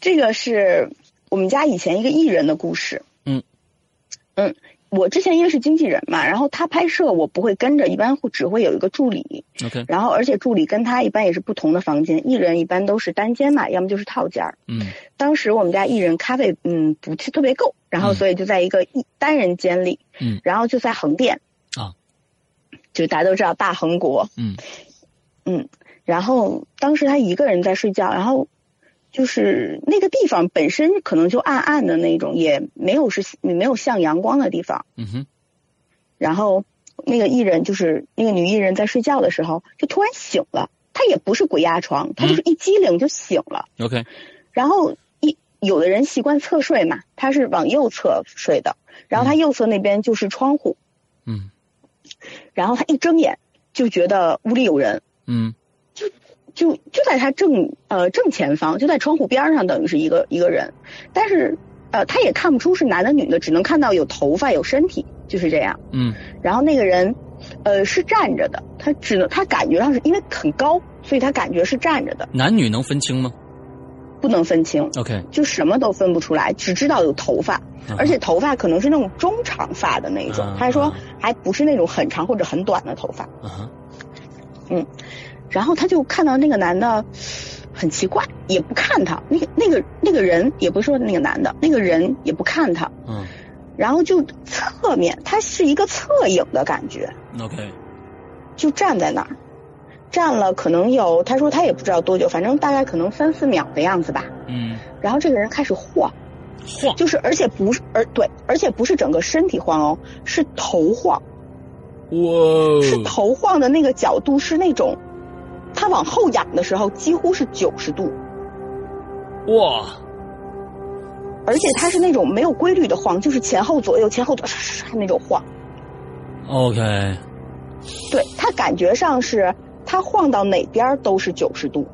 Speaker 6: 这个是我们家以前一个艺人的故事。
Speaker 7: 嗯
Speaker 6: 嗯，我之前因为是经纪人嘛，然后他拍摄我不会跟着，一般会只会有一个助理，
Speaker 7: ，OK，
Speaker 6: 然后而且助理跟他一般也是不同的房间，艺人一般都是单间嘛，要么就是套间儿。
Speaker 7: 嗯
Speaker 6: 当时我们家艺人咖位嗯不是特别够，然后
Speaker 7: 嗯
Speaker 6: 所以就在一个一单人间里，
Speaker 7: 嗯，
Speaker 6: 然后就在横店
Speaker 7: 啊，
Speaker 6: 就大家都知道大横国，
Speaker 7: 嗯
Speaker 6: 然后当时他一个人在睡觉，然后就是那个地方本身可能就暗暗的那种，也没有是没有向阳光的地方。
Speaker 7: 嗯哼，
Speaker 6: 然后那个艺人就是那个女艺人在睡觉的时候，就突然醒了，她也不是鬼压床，她就是一激灵就醒了。
Speaker 7: ，OK，
Speaker 6: 然后一有的人习惯侧睡嘛，她是往右侧睡的，然后她右侧那边就是窗户，
Speaker 7: 嗯
Speaker 6: 然后她一睁眼就觉得屋里有人，
Speaker 7: 嗯
Speaker 6: 就就在他正呃正前方，就在窗户边儿上，等于是一个一个人，但是呃他也看不出是男的女的，只能看到有头发有身体，就是这样。
Speaker 7: 嗯
Speaker 6: 然后那个人，呃是站着的，他只能他感觉上是因为很高，所以他感觉是站着的，
Speaker 7: 男女能分清吗
Speaker 6: 不能分清，
Speaker 7: ？OK，
Speaker 6: 就什么都分不出来，只知道有头发，
Speaker 7: 嗯
Speaker 6: 而且头发可能是那种中长发的那一种
Speaker 7: 嗯，
Speaker 6: 他说
Speaker 7: 嗯
Speaker 6: 还不是那种很长或者很短的头发。
Speaker 7: 啊哈，
Speaker 6: 然后他就看到那个男的很奇怪，也不看他，那个那个那个人也不是说那个男的，那个人也不看他，
Speaker 7: 嗯
Speaker 6: 然后就侧面，他是一个侧影的感觉，
Speaker 7: ，OK，
Speaker 6: 就站在那儿，站了可能有，他说他也不知道多久，反正大概可能三四秒的样子吧。
Speaker 7: 嗯，
Speaker 6: 然后这个人开始晃，
Speaker 7: 晃，
Speaker 6: 就是而且不是，而对，而且不是整个身体晃哦，是头晃，
Speaker 7: 哇
Speaker 6: 是
Speaker 7: 哦，
Speaker 6: 头晃的那个角度是那种，他往后仰的时候几乎是九十度。
Speaker 7: 哇，
Speaker 6: 而且它是那种没有规律的晃，就是前后左右前后左唰唰唰那种晃。
Speaker 7: ，OK，
Speaker 6: 对，它感觉上是它晃到哪边儿都是九十度，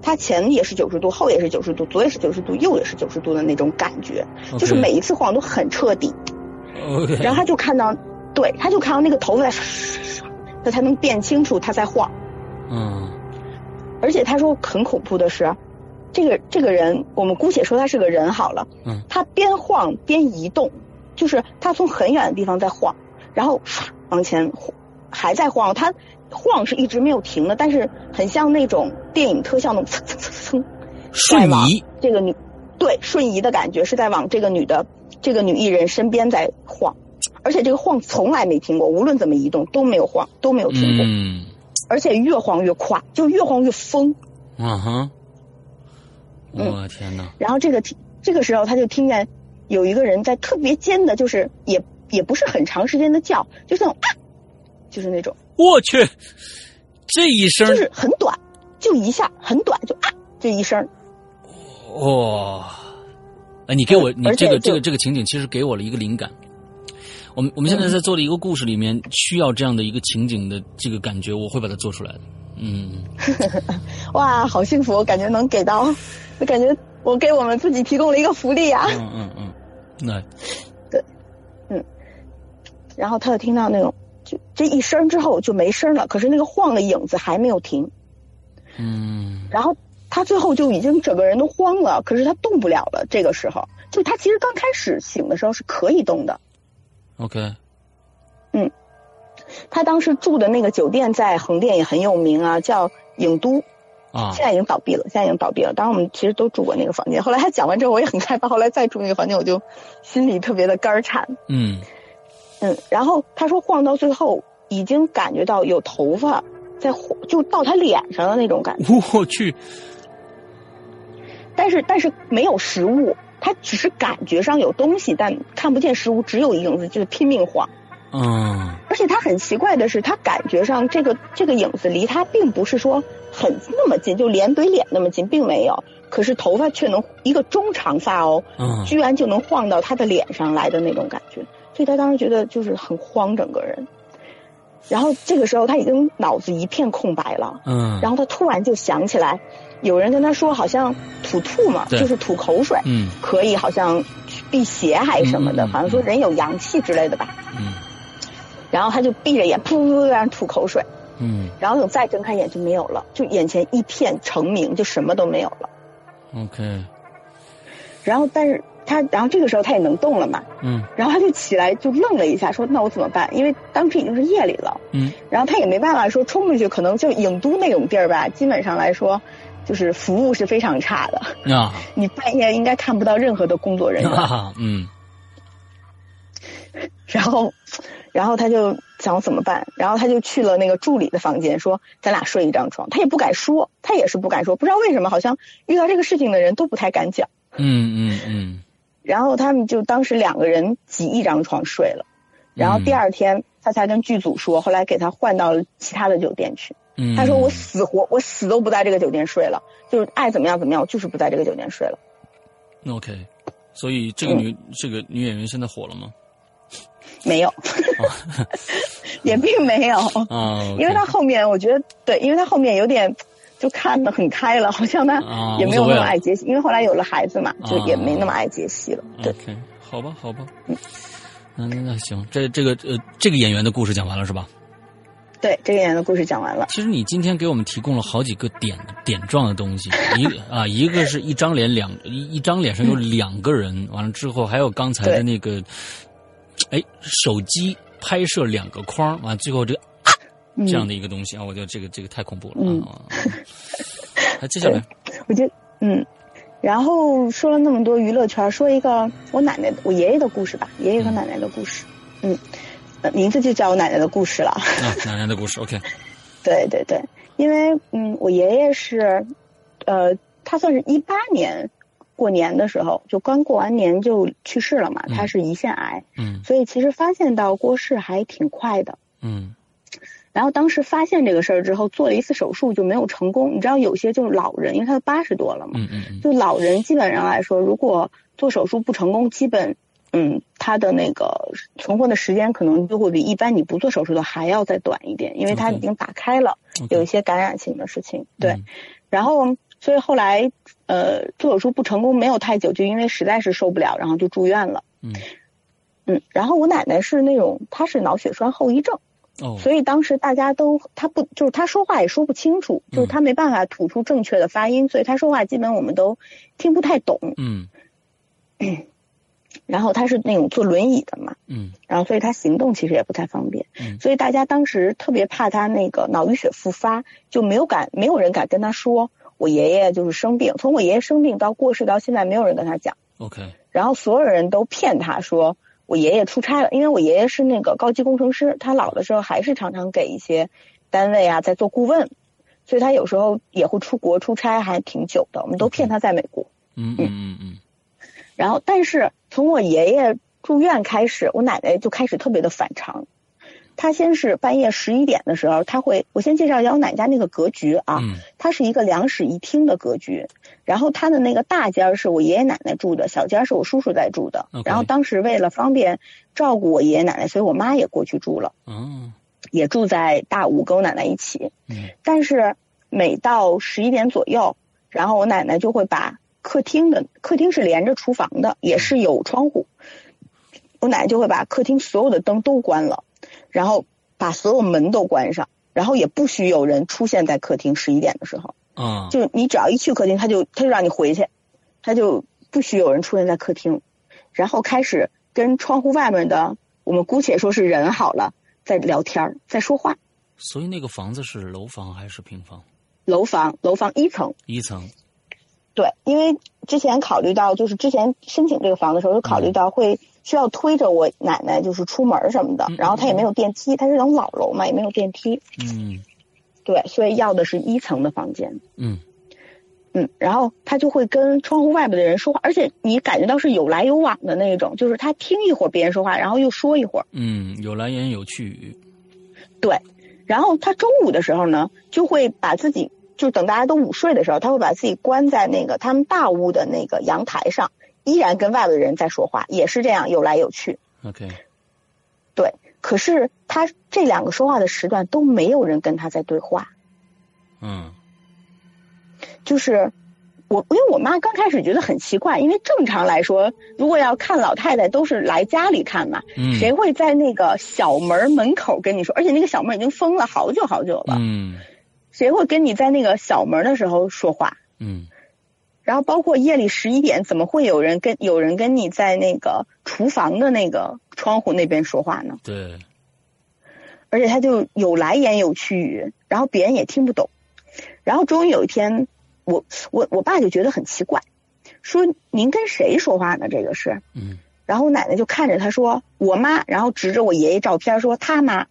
Speaker 6: 它前也是九十度，后也是九十度，左也是九十度，右也是九十度的那种感觉，就是每一次晃都很彻底。
Speaker 7: OK，
Speaker 6: 然后他就看到，对，他就看到那个头发在唰唰唰唰，他才能辨清楚他在晃。
Speaker 7: 嗯
Speaker 6: 而且他说很恐怖的是，这个这个人，我们姑且说他是个人好了，
Speaker 7: 嗯，
Speaker 6: 他边晃边移动，就是他从很远的地方在晃，然后唰往前晃，还在晃，他晃是一直没有停的，但是很像那种电影特效那种蹭蹭蹭蹭，
Speaker 7: 瞬
Speaker 6: 在往
Speaker 7: 移，
Speaker 6: 这个女对瞬移的感觉是在往这个女的这个女艺人身边在晃，而且这个晃从来没停过，无论怎么移动都没有晃，都没有停过，
Speaker 7: 嗯
Speaker 6: 而且越晃越快，就越晃越疯。
Speaker 7: 啊哈，我天哪，
Speaker 6: 然后这个听这个时候他就听见有一个人在特别尖的，就是也也不是很长时间的叫，就是那种啊，就是那种，
Speaker 7: 我去，这一声
Speaker 6: 就，是很短，就一下很短，就啊就一声，
Speaker 7: 哇！哎，你给我，你
Speaker 6: 而且
Speaker 7: 这个
Speaker 6: 呃就
Speaker 7: 这个这个情景，其实给我了一个灵感。我们我们现在
Speaker 6: 嗯
Speaker 7: 在做的一个故事里面，需要这样的一个情景的这个感觉，我会把它做出来的。嗯，
Speaker 6: 哇，好幸福！我感觉能给到，我感觉我给我们自己提供了一个福利啊。
Speaker 7: 嗯嗯嗯，那
Speaker 6: 然后他就听到那种，就这一声之后就没声了，可是那个晃的影子还没有停。
Speaker 7: 嗯
Speaker 6: 然后他最后就已经整个人都慌了，可是他动不了了。这个时候，就他其实刚开始醒的时候是可以动的。
Speaker 7: ，OK，
Speaker 6: 他当时住的那个酒店在横店也很有名啊，叫影都，
Speaker 7: 啊
Speaker 6: 现在已经倒闭了，现在已经倒闭了。当时我们其实都住过那个房间。后来他讲完之后，我也很害怕。后来再住那个房间，我就心里特别的肝儿颤。
Speaker 7: 嗯
Speaker 6: 嗯，然后他说晃到最后，已经感觉到有头发在晃，就到他脸上的那种感觉，
Speaker 7: 我去，
Speaker 6: 但是但是没有实物，他只是感觉上有东西，但看不见实物，只有影子，就是拼命晃。
Speaker 7: 嗯
Speaker 6: 而且他很奇怪的是，他感觉上这个这个影子离他并不是说很那么近，就脸怼脸那么近，并没有。可是头发却能一个中长发哦，
Speaker 7: 嗯
Speaker 6: 居然就能晃到他的脸上来的那种感觉，所以他当时觉得就是很慌，整个人。然后这个时候他已经脑子一片空白了，
Speaker 7: 嗯，
Speaker 6: 然后他突然就想起来，有人跟他说好像吐吐嘛，
Speaker 7: 对
Speaker 6: 就是吐口水，
Speaker 7: 嗯
Speaker 6: 可以好像辟邪还是什么的，
Speaker 7: 嗯嗯嗯
Speaker 6: 好像说人有阳气之类的吧。
Speaker 7: 嗯
Speaker 6: 然后他就闭着眼，噗噗噗噗吐口水，
Speaker 7: 嗯
Speaker 6: 然后等再睁开眼就没有了，就眼前一片澄明，就什么都没有了。
Speaker 7: ，OK，
Speaker 6: 然后，但是他，然后这个时候他也能动了嘛，
Speaker 7: 嗯
Speaker 6: 然后他就起来就愣了一下，说：“那我怎么办？”因为当时已经是夜里了，
Speaker 7: 嗯，
Speaker 6: 然后他也没办法说冲出去，可能就影都那种地儿吧，基本上来说，就是服务是非常差的，
Speaker 7: 啊
Speaker 6: 你半夜应该看不到任何的工作人员。
Speaker 7: 哈哈，嗯
Speaker 6: 然后，然后他就想怎么办？然后他就去了那个助理的房间，说咱俩睡一张床。他也不敢说，他也是不敢说，不知道为什么，好像遇到这个事情的人都不太敢讲。
Speaker 7: 嗯嗯嗯
Speaker 6: 然后他们就当时两个人挤一张床睡了。然后第二天他才跟剧组说，后来给他换到了其他的酒店去。
Speaker 7: 嗯，
Speaker 6: 他说我死活我死都不在这个酒店睡了，就是爱怎么样怎么样，我就是不在这个酒店睡了。
Speaker 7: 嗯 OK，所以这个
Speaker 6: 嗯
Speaker 7: 女这个女演员现在火了吗？
Speaker 6: 没有， *laughs* 也并没有。
Speaker 7: 啊，
Speaker 6: 因为他后面我觉得对，因为他后面有点就看得很开了，好像他
Speaker 7: 啊
Speaker 6: 也没有
Speaker 7: 无所
Speaker 6: 那
Speaker 7: 谓
Speaker 6: 么
Speaker 7: 了
Speaker 6: 爱杰西，因为后来有了孩子嘛，就
Speaker 7: 啊
Speaker 6: 也没那么爱杰西了。对，
Speaker 7: 嗯 OK，好吧，好吧，嗯，那那行，这这个呃，这个演员的故事讲完了是吧？
Speaker 6: 对，这个演员的故事讲完了。
Speaker 7: 其实你今天给我们提供了好几个点点状的东西，一个啊，一个是一张脸两一一张脸上有两个人，完了之后还有刚才的
Speaker 6: 对
Speaker 7: 那个，哎，手机拍摄两个框，完了最后这个、
Speaker 6: 嗯
Speaker 7: 这样的一个东西啊，我觉得这个这个太恐怖了、
Speaker 6: 嗯
Speaker 7: 啊！ *laughs* 来，接下来，
Speaker 6: 我觉得，嗯，然后说了那么多娱乐圈，说一个我奶奶、我爷爷的故事吧，爷爷和
Speaker 7: 嗯
Speaker 6: 奶奶的故事。嗯，呃名字就叫我奶奶的故事了。 *laughs*
Speaker 7: 啊，男人的故事，OK，
Speaker 6: 对对对，因为嗯，我爷爷是，呃，他算是一八年过年的时候，就刚过完年就去世了嘛，
Speaker 7: 嗯
Speaker 6: 他是胰腺癌，
Speaker 7: 嗯
Speaker 6: 所以其实发现到郭氏还挺快的。
Speaker 7: 嗯
Speaker 6: 然后当时发现这个事儿之后，做了一次手术就没有成功。你知道有些就是老人，因为他都八十多了嘛，
Speaker 7: 嗯嗯嗯
Speaker 6: 就老人基本上来说，如果做手术不成功，基本嗯，他的那个存活的时间可能就会比一般你不做手术的还要再短一点，因为他
Speaker 7: OK
Speaker 6: 已经打开了有一
Speaker 7: ，OK，
Speaker 6: 些感染性的事情。对，
Speaker 7: 嗯
Speaker 6: 然后所以后来呃做手术不成功没有太久，就因为实在是受不了，然后就住院了。
Speaker 7: 嗯
Speaker 6: 嗯，然后我奶奶是那种她是脑血栓后遗症。
Speaker 7: 哦，
Speaker 6: 所以当时大家都他不就是他说话也说不清楚，
Speaker 7: 嗯
Speaker 6: 就是他没办法吐出正确的发音，所以他说话基本我们都听不太懂。
Speaker 7: 嗯
Speaker 6: 然后他是那种坐轮椅的嘛，
Speaker 7: 嗯
Speaker 6: 然后所以他行动其实也不太方便，
Speaker 7: 嗯
Speaker 6: 所以大家当时特别怕他那个脑淤血复发，就没有敢没有人敢跟他说我爷爷就是生病，从我爷爷生病到过世到现在，没有人跟他讲。
Speaker 7: ，OK，
Speaker 6: 然后所有人都骗他说我爷爷出差了，因为我爷爷是那个高级工程师，他老的时候还是常常给一些单位啊在做顾问，所以他有时候也会出国出差，还挺久的。我们都骗他在美国。
Speaker 7: 嗯嗯嗯嗯
Speaker 6: 然后，但是从我爷爷住院开始，我奶奶就开始特别的反常。他先是半夜十一点的时候，他会我先介绍一下我奶家那个格局啊，
Speaker 7: 嗯
Speaker 6: 它是一个两室一厅的格局，然后它的那个大间儿是我爷爷奶奶住的，小间儿是我叔叔在住的。
Speaker 7: OK
Speaker 6: 然后当时为了方便照顾我爷爷奶奶，所以我妈也过去住了，
Speaker 7: 嗯
Speaker 6: 也住在大屋跟我奶奶一起。
Speaker 7: 嗯
Speaker 6: 但是每到十一点左右，然后我奶奶就会把客厅的客厅是连着厨房的，也是有窗户，我奶奶就会把客厅所有的灯都关了，然后把所有门都关上，然后也不许有人出现在客厅。十一点的时候，
Speaker 7: 啊，
Speaker 6: 就你只要一去客厅，他就他就让你回去，他就不许有人出现在客厅，然后开始跟窗户外面的我们姑且说是人好了，在聊天儿，在说话。
Speaker 7: 所以那个房子是楼房还是平房？
Speaker 6: 楼房，楼房一层，
Speaker 7: 一层
Speaker 6: 对，因为之前考虑到，就是之前申请这个房的时候，就考
Speaker 7: 嗯
Speaker 6: 虑到会需要推着我奶奶就是出门什么的
Speaker 7: 嗯嗯，
Speaker 6: 然后它也没有电梯，它是那种老楼嘛，也没有电梯，
Speaker 7: 嗯
Speaker 6: 对，所以要的是一层的房间。
Speaker 7: 嗯
Speaker 6: 嗯，然后他就会跟窗户外边的人说话，而且你感觉到是有来有往的那种，就是他听一会儿别人说话，然后又说一会儿。
Speaker 7: 嗯，有来言有去语，
Speaker 6: 对，然后他中午的时候呢，就会把自己，就是等大家都午睡的时候，他会把自己关在那个他们大屋的那个阳台上，依然跟外边的人在说话，也是这样有来有去。
Speaker 7: OK，
Speaker 6: 对，可是他这两个说话的时段都没有人跟他在对话，
Speaker 7: 嗯
Speaker 6: 就是我，因为我妈刚开始觉得很奇怪，因为正常来说，如果要看老太太，都是来家里看嘛，
Speaker 7: 嗯，
Speaker 6: 谁会在那个小门门口跟你说？而且那个小门已经封了好久好久了，
Speaker 7: 嗯
Speaker 6: 谁会跟你在那个小门的时候说话？
Speaker 7: 嗯
Speaker 6: 然后包括夜里十一点，怎么会有人跟有人跟你在那个厨房的那个窗户那边说话呢？
Speaker 7: 对，
Speaker 6: 而且他就有来言有去语，然后别人也听不懂。然后终于有一天，我我我爸就觉得很奇怪，说您跟谁说话呢？这个是。
Speaker 7: 嗯
Speaker 6: 然后我奶奶就看着他说我妈，然后指着我爷爷照片说他妈。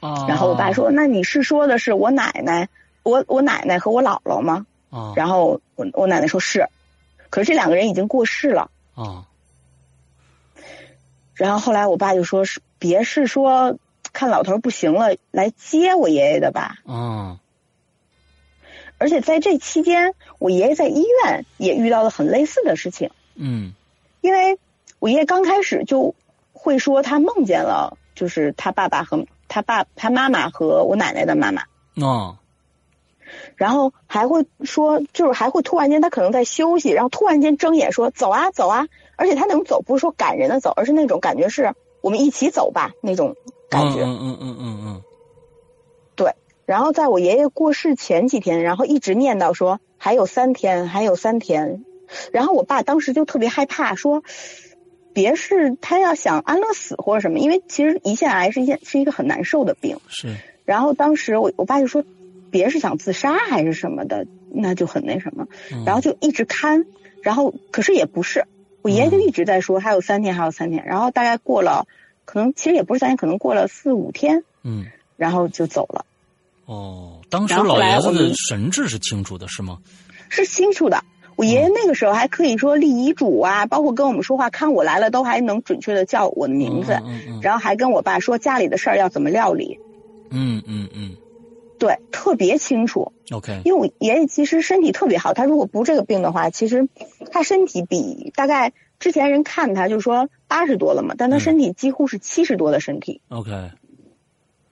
Speaker 7: 啊，
Speaker 6: 然后我爸说那你是说的是我奶奶，我我奶奶和我姥姥吗？
Speaker 7: 啊
Speaker 6: 然后我我奶奶说是，可是这两个人已经过世了。
Speaker 7: 啊
Speaker 6: 然后后来我爸就说是别是说看老头儿不行了来接我爷爷的吧。
Speaker 7: 啊
Speaker 6: 而且在这期间，我爷爷在医院也遇到了很类似的事情，
Speaker 7: 嗯
Speaker 6: 因为我爷爷刚开始就会说他梦见了，就是他爸爸和他爸、他妈妈和我奶奶的妈妈，
Speaker 7: 啊
Speaker 6: 然后还会说，就是还会突然间他可能在休息，然后突然间睁眼说走啊走啊，而且他那种走不是说赶人的走，而是那种感觉是我们一起走吧那种感觉。
Speaker 7: 嗯嗯嗯嗯嗯
Speaker 6: 然后在我爷爷过世前几天，然后一直念叨说还有三天，还有三天。然后我爸当时就特别害怕，说别是他要想安乐死或者什么，因为其实胰腺癌是一件是一个很难受的病。
Speaker 7: 是
Speaker 6: 然后当时我我爸就说，别是想自杀还是什么的，那就很那什么。
Speaker 7: 嗯
Speaker 6: 然后就一直看，然后可是也不是，我爷爷
Speaker 7: 嗯
Speaker 6: 就一直在说还有三天，还有三天。然后大概过了，可能其实也不是三天，可能过了四五天，
Speaker 7: 嗯
Speaker 6: 然后就走了，
Speaker 7: 哦，当时
Speaker 6: 然后
Speaker 7: 老
Speaker 6: 后来
Speaker 7: 爷子
Speaker 6: 我
Speaker 7: 的
Speaker 6: 们
Speaker 7: 神志是清楚的，是吗？
Speaker 6: 是清楚的。我爷
Speaker 7: 嗯
Speaker 6: 爷那个时候还可以说立遗嘱啊，包括跟我们说话，看我来了都还能准确的叫我的名字，
Speaker 7: 嗯嗯
Speaker 6: 然后还跟我爸说家里的事儿要怎么料理，
Speaker 7: 嗯嗯嗯
Speaker 6: 对，特别清楚。
Speaker 7: ，OK，
Speaker 6: 因为我爷爷其实身体特别好，他如果不这个病的话，其实他身体比大概之前人看他就说八十多了嘛，但他
Speaker 7: 嗯
Speaker 6: 身体几乎是七十多的身体。
Speaker 7: OK，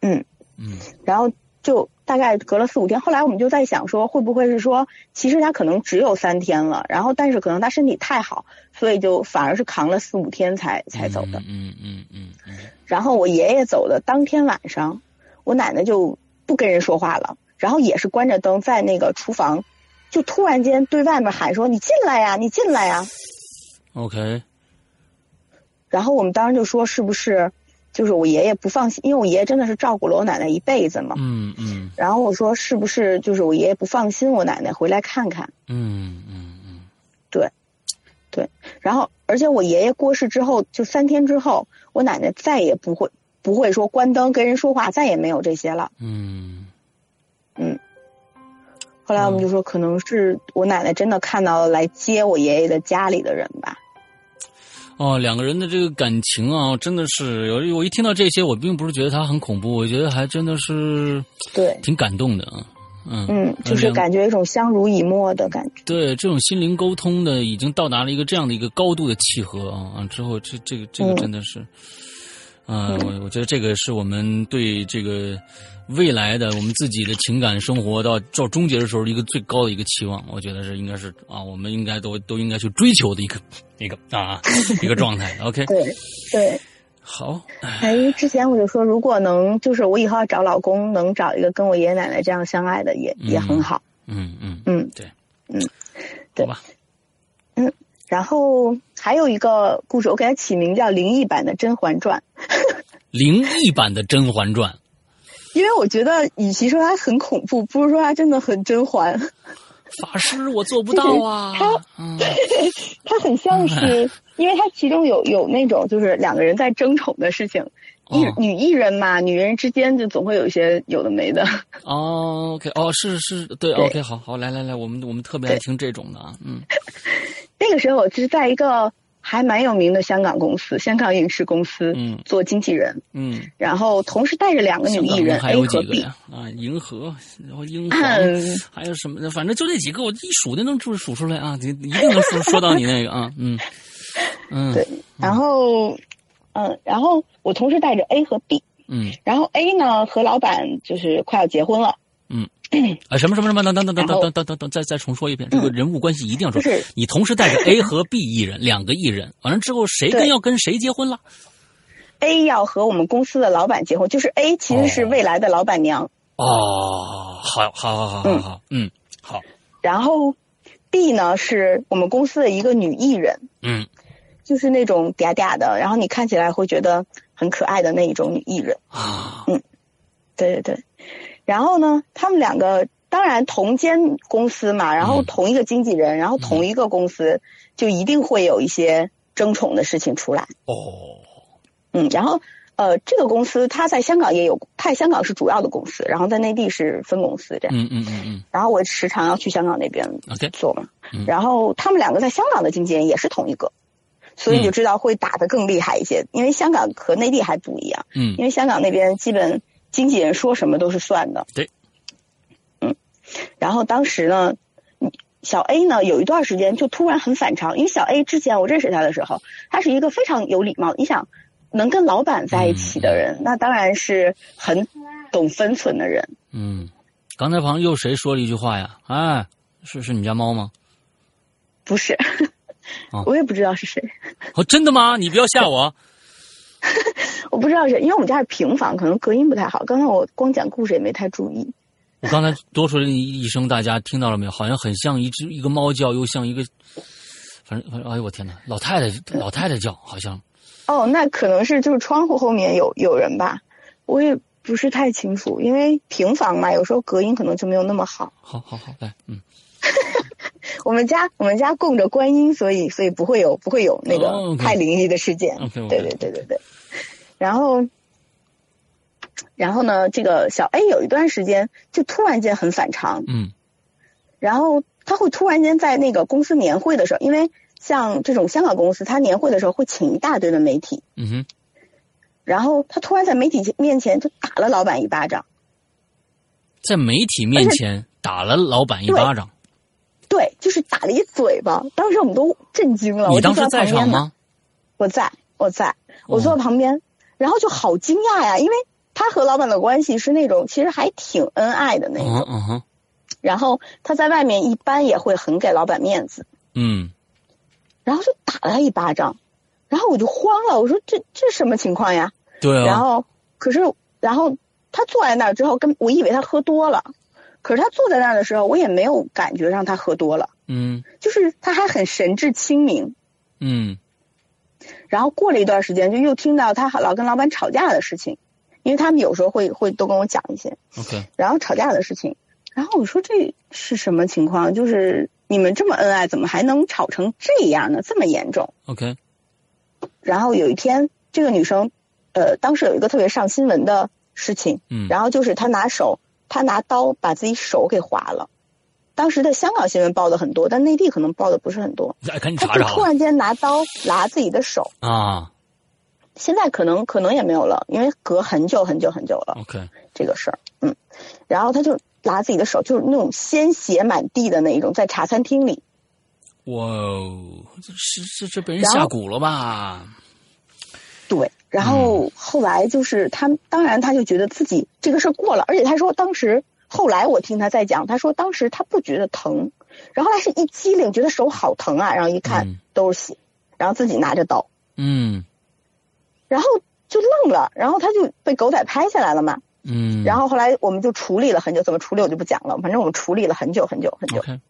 Speaker 6: 嗯
Speaker 7: 嗯
Speaker 6: 然后就大概隔了四五天，后来我们就在想说，会不会是说，其实他可能只有三天了，然后但是可能他身体太好，所以就反而是扛了四五天才才走的。
Speaker 7: 嗯嗯嗯嗯
Speaker 6: 然后我爷爷走的当天晚上，我奶奶就不跟人说话了，然后也是关着灯在那个厨房，就突然间对外面喊说：“你进来呀，你进来呀
Speaker 7: ，OK，！”
Speaker 6: 然后我们当时就说：“是不是就是我爷爷不放心？因为我爷爷真的是照顾了我奶奶一辈子嘛。
Speaker 7: 嗯嗯
Speaker 6: 然后我说：“是不是就是我爷爷不放心我奶奶回来看看
Speaker 7: 嗯嗯嗯，？”
Speaker 6: 然后，而且我爷爷过世之后，就三天之后，我奶奶再也不会不会说关灯跟人说话，再也没有这些了。
Speaker 7: 嗯
Speaker 6: 后来我们就说，可能是我奶奶真的看到了来接我爷爷的家里的人吧。
Speaker 7: 哦，两个人的这个感情啊，真的是有我一听到这些，我并不是觉得他很恐怖，我觉得还真的是
Speaker 6: 对，
Speaker 7: 挺感动的啊。嗯
Speaker 6: 嗯，就是
Speaker 7: 两
Speaker 6: 感觉一种相濡以沫的感觉。
Speaker 7: 对这种心灵沟通的，已经到达了一个这样的一个高度的契合啊啊！之后这这个这个
Speaker 6: 嗯
Speaker 7: 真的是，啊、我我觉得这个是我们对这个未来的我们自己的情感生活到到终结的时候一个最高的一个期望，我觉得是应该是啊，我们应该都都应该去追求的一个 *laughs* 一个
Speaker 6: *laughs*
Speaker 7: 啊一个状态。OK，
Speaker 6: 对对，
Speaker 7: 好，
Speaker 6: 哎，之前我就说，如果能，就是我以后要找老公，能找一个跟我爷爷奶奶这样相爱的也，也很好。
Speaker 7: 嗯嗯，
Speaker 6: 嗯，
Speaker 7: 对，
Speaker 6: 嗯，
Speaker 7: 好
Speaker 6: 对
Speaker 7: 吧，
Speaker 6: 然后还有一个故事，我给它起名叫《灵异版的甄嬛传》。
Speaker 7: 灵异版的《甄嬛传》
Speaker 6: 因为我觉得，与其说它很恐怖，不如说它真的很甄嬛，
Speaker 7: 法师我做不到
Speaker 5: *laughs*
Speaker 7: 啊，嗯
Speaker 6: *laughs* 它很像是，因为它其中有有那种就是两个人在争宠的事情，艺、
Speaker 7: 哦
Speaker 6: 女艺人嘛，女人之间就总会有一些有的没的， *laughs*
Speaker 7: 哦，OK，哦，是是，对
Speaker 6: 对
Speaker 7: o k 好好，来来来，我们我们特别爱听这种的啊，嗯，
Speaker 6: 哎那个时候我是在一个还蛮有名的香港公司，香港影视公司，
Speaker 7: 嗯
Speaker 6: 做经纪人，
Speaker 7: 嗯，
Speaker 6: 然后同时带着两个女
Speaker 7: 香港
Speaker 6: 艺人
Speaker 7: 还
Speaker 6: A
Speaker 7: 有几
Speaker 6: 和
Speaker 7: 个
Speaker 6: B，
Speaker 7: 呀？啊，银河，然后英皇，
Speaker 6: 嗯
Speaker 7: 还有什么的，反正就那几个，我一数就能数数出来啊，你一定能说说到你那个啊，
Speaker 6: *laughs*
Speaker 7: 嗯嗯，
Speaker 6: 对，然后，嗯，然后我同时带着 A 和 B，
Speaker 7: 嗯
Speaker 6: 然后 A 呢和老板就是快要结婚了，
Speaker 7: 啊，什么什么什么，等等等等
Speaker 6: 然后嗯
Speaker 7: 等等等等，再再重说一遍，这个人物关系一定要说
Speaker 6: 就是，
Speaker 7: 你同时带着 A 和 B 艺人两个艺人，完了之后谁跟
Speaker 6: 对
Speaker 7: 要跟谁结婚了？
Speaker 6: A 要和我们公司的老板结婚，就是 A 其实是
Speaker 7: 哦
Speaker 6: 未来的老板娘，
Speaker 7: 哦，好好好好好好，嗯，好，
Speaker 6: 然后 B 呢是我们公司的一个女艺人，
Speaker 7: 嗯，
Speaker 6: 就是那种嗲嗲的，然后你看起来会觉得很可爱的那一种女艺人。
Speaker 7: 啊，
Speaker 6: 对对对，然后呢，他们两个当然同间公司嘛，然后
Speaker 7: 嗯
Speaker 6: 同一个经纪人，然后同一个公司，就一定会有一些争宠的事情出来。
Speaker 7: 哦，
Speaker 6: 嗯，然后呃，这个公司它在香港也有，它在香港是主要的公司，然后在内地是分公司这样。
Speaker 7: 嗯嗯嗯嗯
Speaker 6: 然后我时常要去香港那边
Speaker 7: ，OK，
Speaker 6: 做嘛
Speaker 7: 嗯。
Speaker 6: 然后他们两个在香港的经纪人也是同一个，所
Speaker 7: 嗯
Speaker 6: 以你就知道会打得更厉害一些，因为香港和内地还不一样，
Speaker 7: 嗯
Speaker 6: 因为香港那边基本经纪人说什么都是算的。
Speaker 7: 对，
Speaker 6: 嗯，然后当时呢。小 A 呢，有一段时间就突然很反常，因为小 A 之前我认识他的时候，他是一个非常有礼貌。你想，能跟老板在一起的人，那当然是很懂分寸的人。
Speaker 7: 嗯，刚才旁边又谁说了一句话呀？哎，是是你家猫吗？
Speaker 6: 不是，
Speaker 7: 哦
Speaker 6: *laughs* 我也不知道是谁。
Speaker 7: 哦，真的吗？你不要吓我。啊
Speaker 6: 我不知道是因为我们家是平房，可能隔音不太好。刚才我光讲故事也没太注意。
Speaker 7: 我刚才多说了一一声，大家听到了没有？好像很像一只一个猫叫，又像一个，反正反正，哎呦我天哪，老太太老太太叫，好像
Speaker 6: 哦，那可能是就是窗户后面有有人吧，我也不是太清楚，因为平房嘛，有时候隔音可能就没有那么好。
Speaker 7: 好好好来，嗯，
Speaker 6: 我们家我们家供着观音，所以所以不会有不会有那
Speaker 7: 哦
Speaker 6: 个
Speaker 7: ，OK
Speaker 6: 太灵异的事件。
Speaker 7: OK，OK
Speaker 6: 对对对对对。然后，然后呢，这个小 A 有一段时间就突然间很反常，
Speaker 7: 嗯
Speaker 6: 然后他会突然间在那个公司年会的时候，因为像这种香港公司，他年会的时候会请一大堆的媒体，
Speaker 7: 嗯哼，
Speaker 6: 然后他突然在媒体面前就打了老板一巴掌。
Speaker 7: 在媒体面前打了老板一巴掌，
Speaker 6: 对，就是打了一嘴巴，当时我们都震惊了。
Speaker 7: 你
Speaker 6: 我就
Speaker 7: 当时
Speaker 6: 在
Speaker 7: 在
Speaker 6: 旁
Speaker 7: 场
Speaker 6: 边呢，
Speaker 7: 吗？哦
Speaker 6: 我在，我在，我坐在旁边，然后就好惊讶呀，因为他和老板的关系是那种其实还挺恩爱的那种。
Speaker 7: 嗯嗯哼，
Speaker 6: 然后他在外面一般也会很给老板面子，
Speaker 7: 嗯
Speaker 6: 然后就打了他一巴掌，然后我就慌了，我说这这什么情况呀？
Speaker 7: 对
Speaker 6: 然
Speaker 7: 啊，
Speaker 6: 后可是然后他坐在那儿之后，跟我以为他喝多了，可是他坐在那儿的时候，我也没有感觉让他喝多了，
Speaker 7: 嗯
Speaker 6: 就是他还很神志清明。
Speaker 7: 嗯
Speaker 6: 然后过了一段时间，就又听到他老跟老板吵架的事情，因为他们有时候会会都跟我讲一些，
Speaker 7: ，OK，
Speaker 6: 然后吵架的事情。然后我说这是什么情况？就是你们这么恩爱，怎么还能吵成这样呢？这么严重？
Speaker 7: OK，
Speaker 6: 然后有一天，这个女生，呃，当时有一个特别上新闻的事情，
Speaker 7: 嗯
Speaker 6: 然后就是她拿手，她拿刀把自己手给划了，当时在香港新闻报的很多，但内地可能报的不是很多。
Speaker 7: 哎，赶紧
Speaker 6: 他
Speaker 7: 查
Speaker 6: 就
Speaker 7: 查
Speaker 6: 突
Speaker 7: 吧
Speaker 6: 然间拿刀剌自己的手，
Speaker 7: 啊
Speaker 6: 现在可能可能也没有了，因为隔很久很久很久了
Speaker 7: ，OK，
Speaker 6: 这个事儿。嗯，然后他就剌自己的手，就是那种鲜血满地的那一种，在茶餐厅里。
Speaker 7: 哇哦，这是这这被人
Speaker 6: 然后
Speaker 7: 下蛊了吧？
Speaker 6: 对，然
Speaker 7: 嗯
Speaker 6: 后后来就是他，当然他就觉得自己这个事儿过了，而且他说当时，后来我听他在讲，他说当时他不觉得疼，然后他是一激灵觉得手好疼啊，然后一看、
Speaker 7: 嗯
Speaker 6: 都是血，然后自己拿着刀，
Speaker 7: 嗯
Speaker 6: 然后就愣了，然后他就被狗仔拍下来了嘛，
Speaker 7: 嗯，
Speaker 6: 然后后来我们就处理了很久，怎么处理我就不讲了，反正我们处理了很久很久很久，
Speaker 7: OK，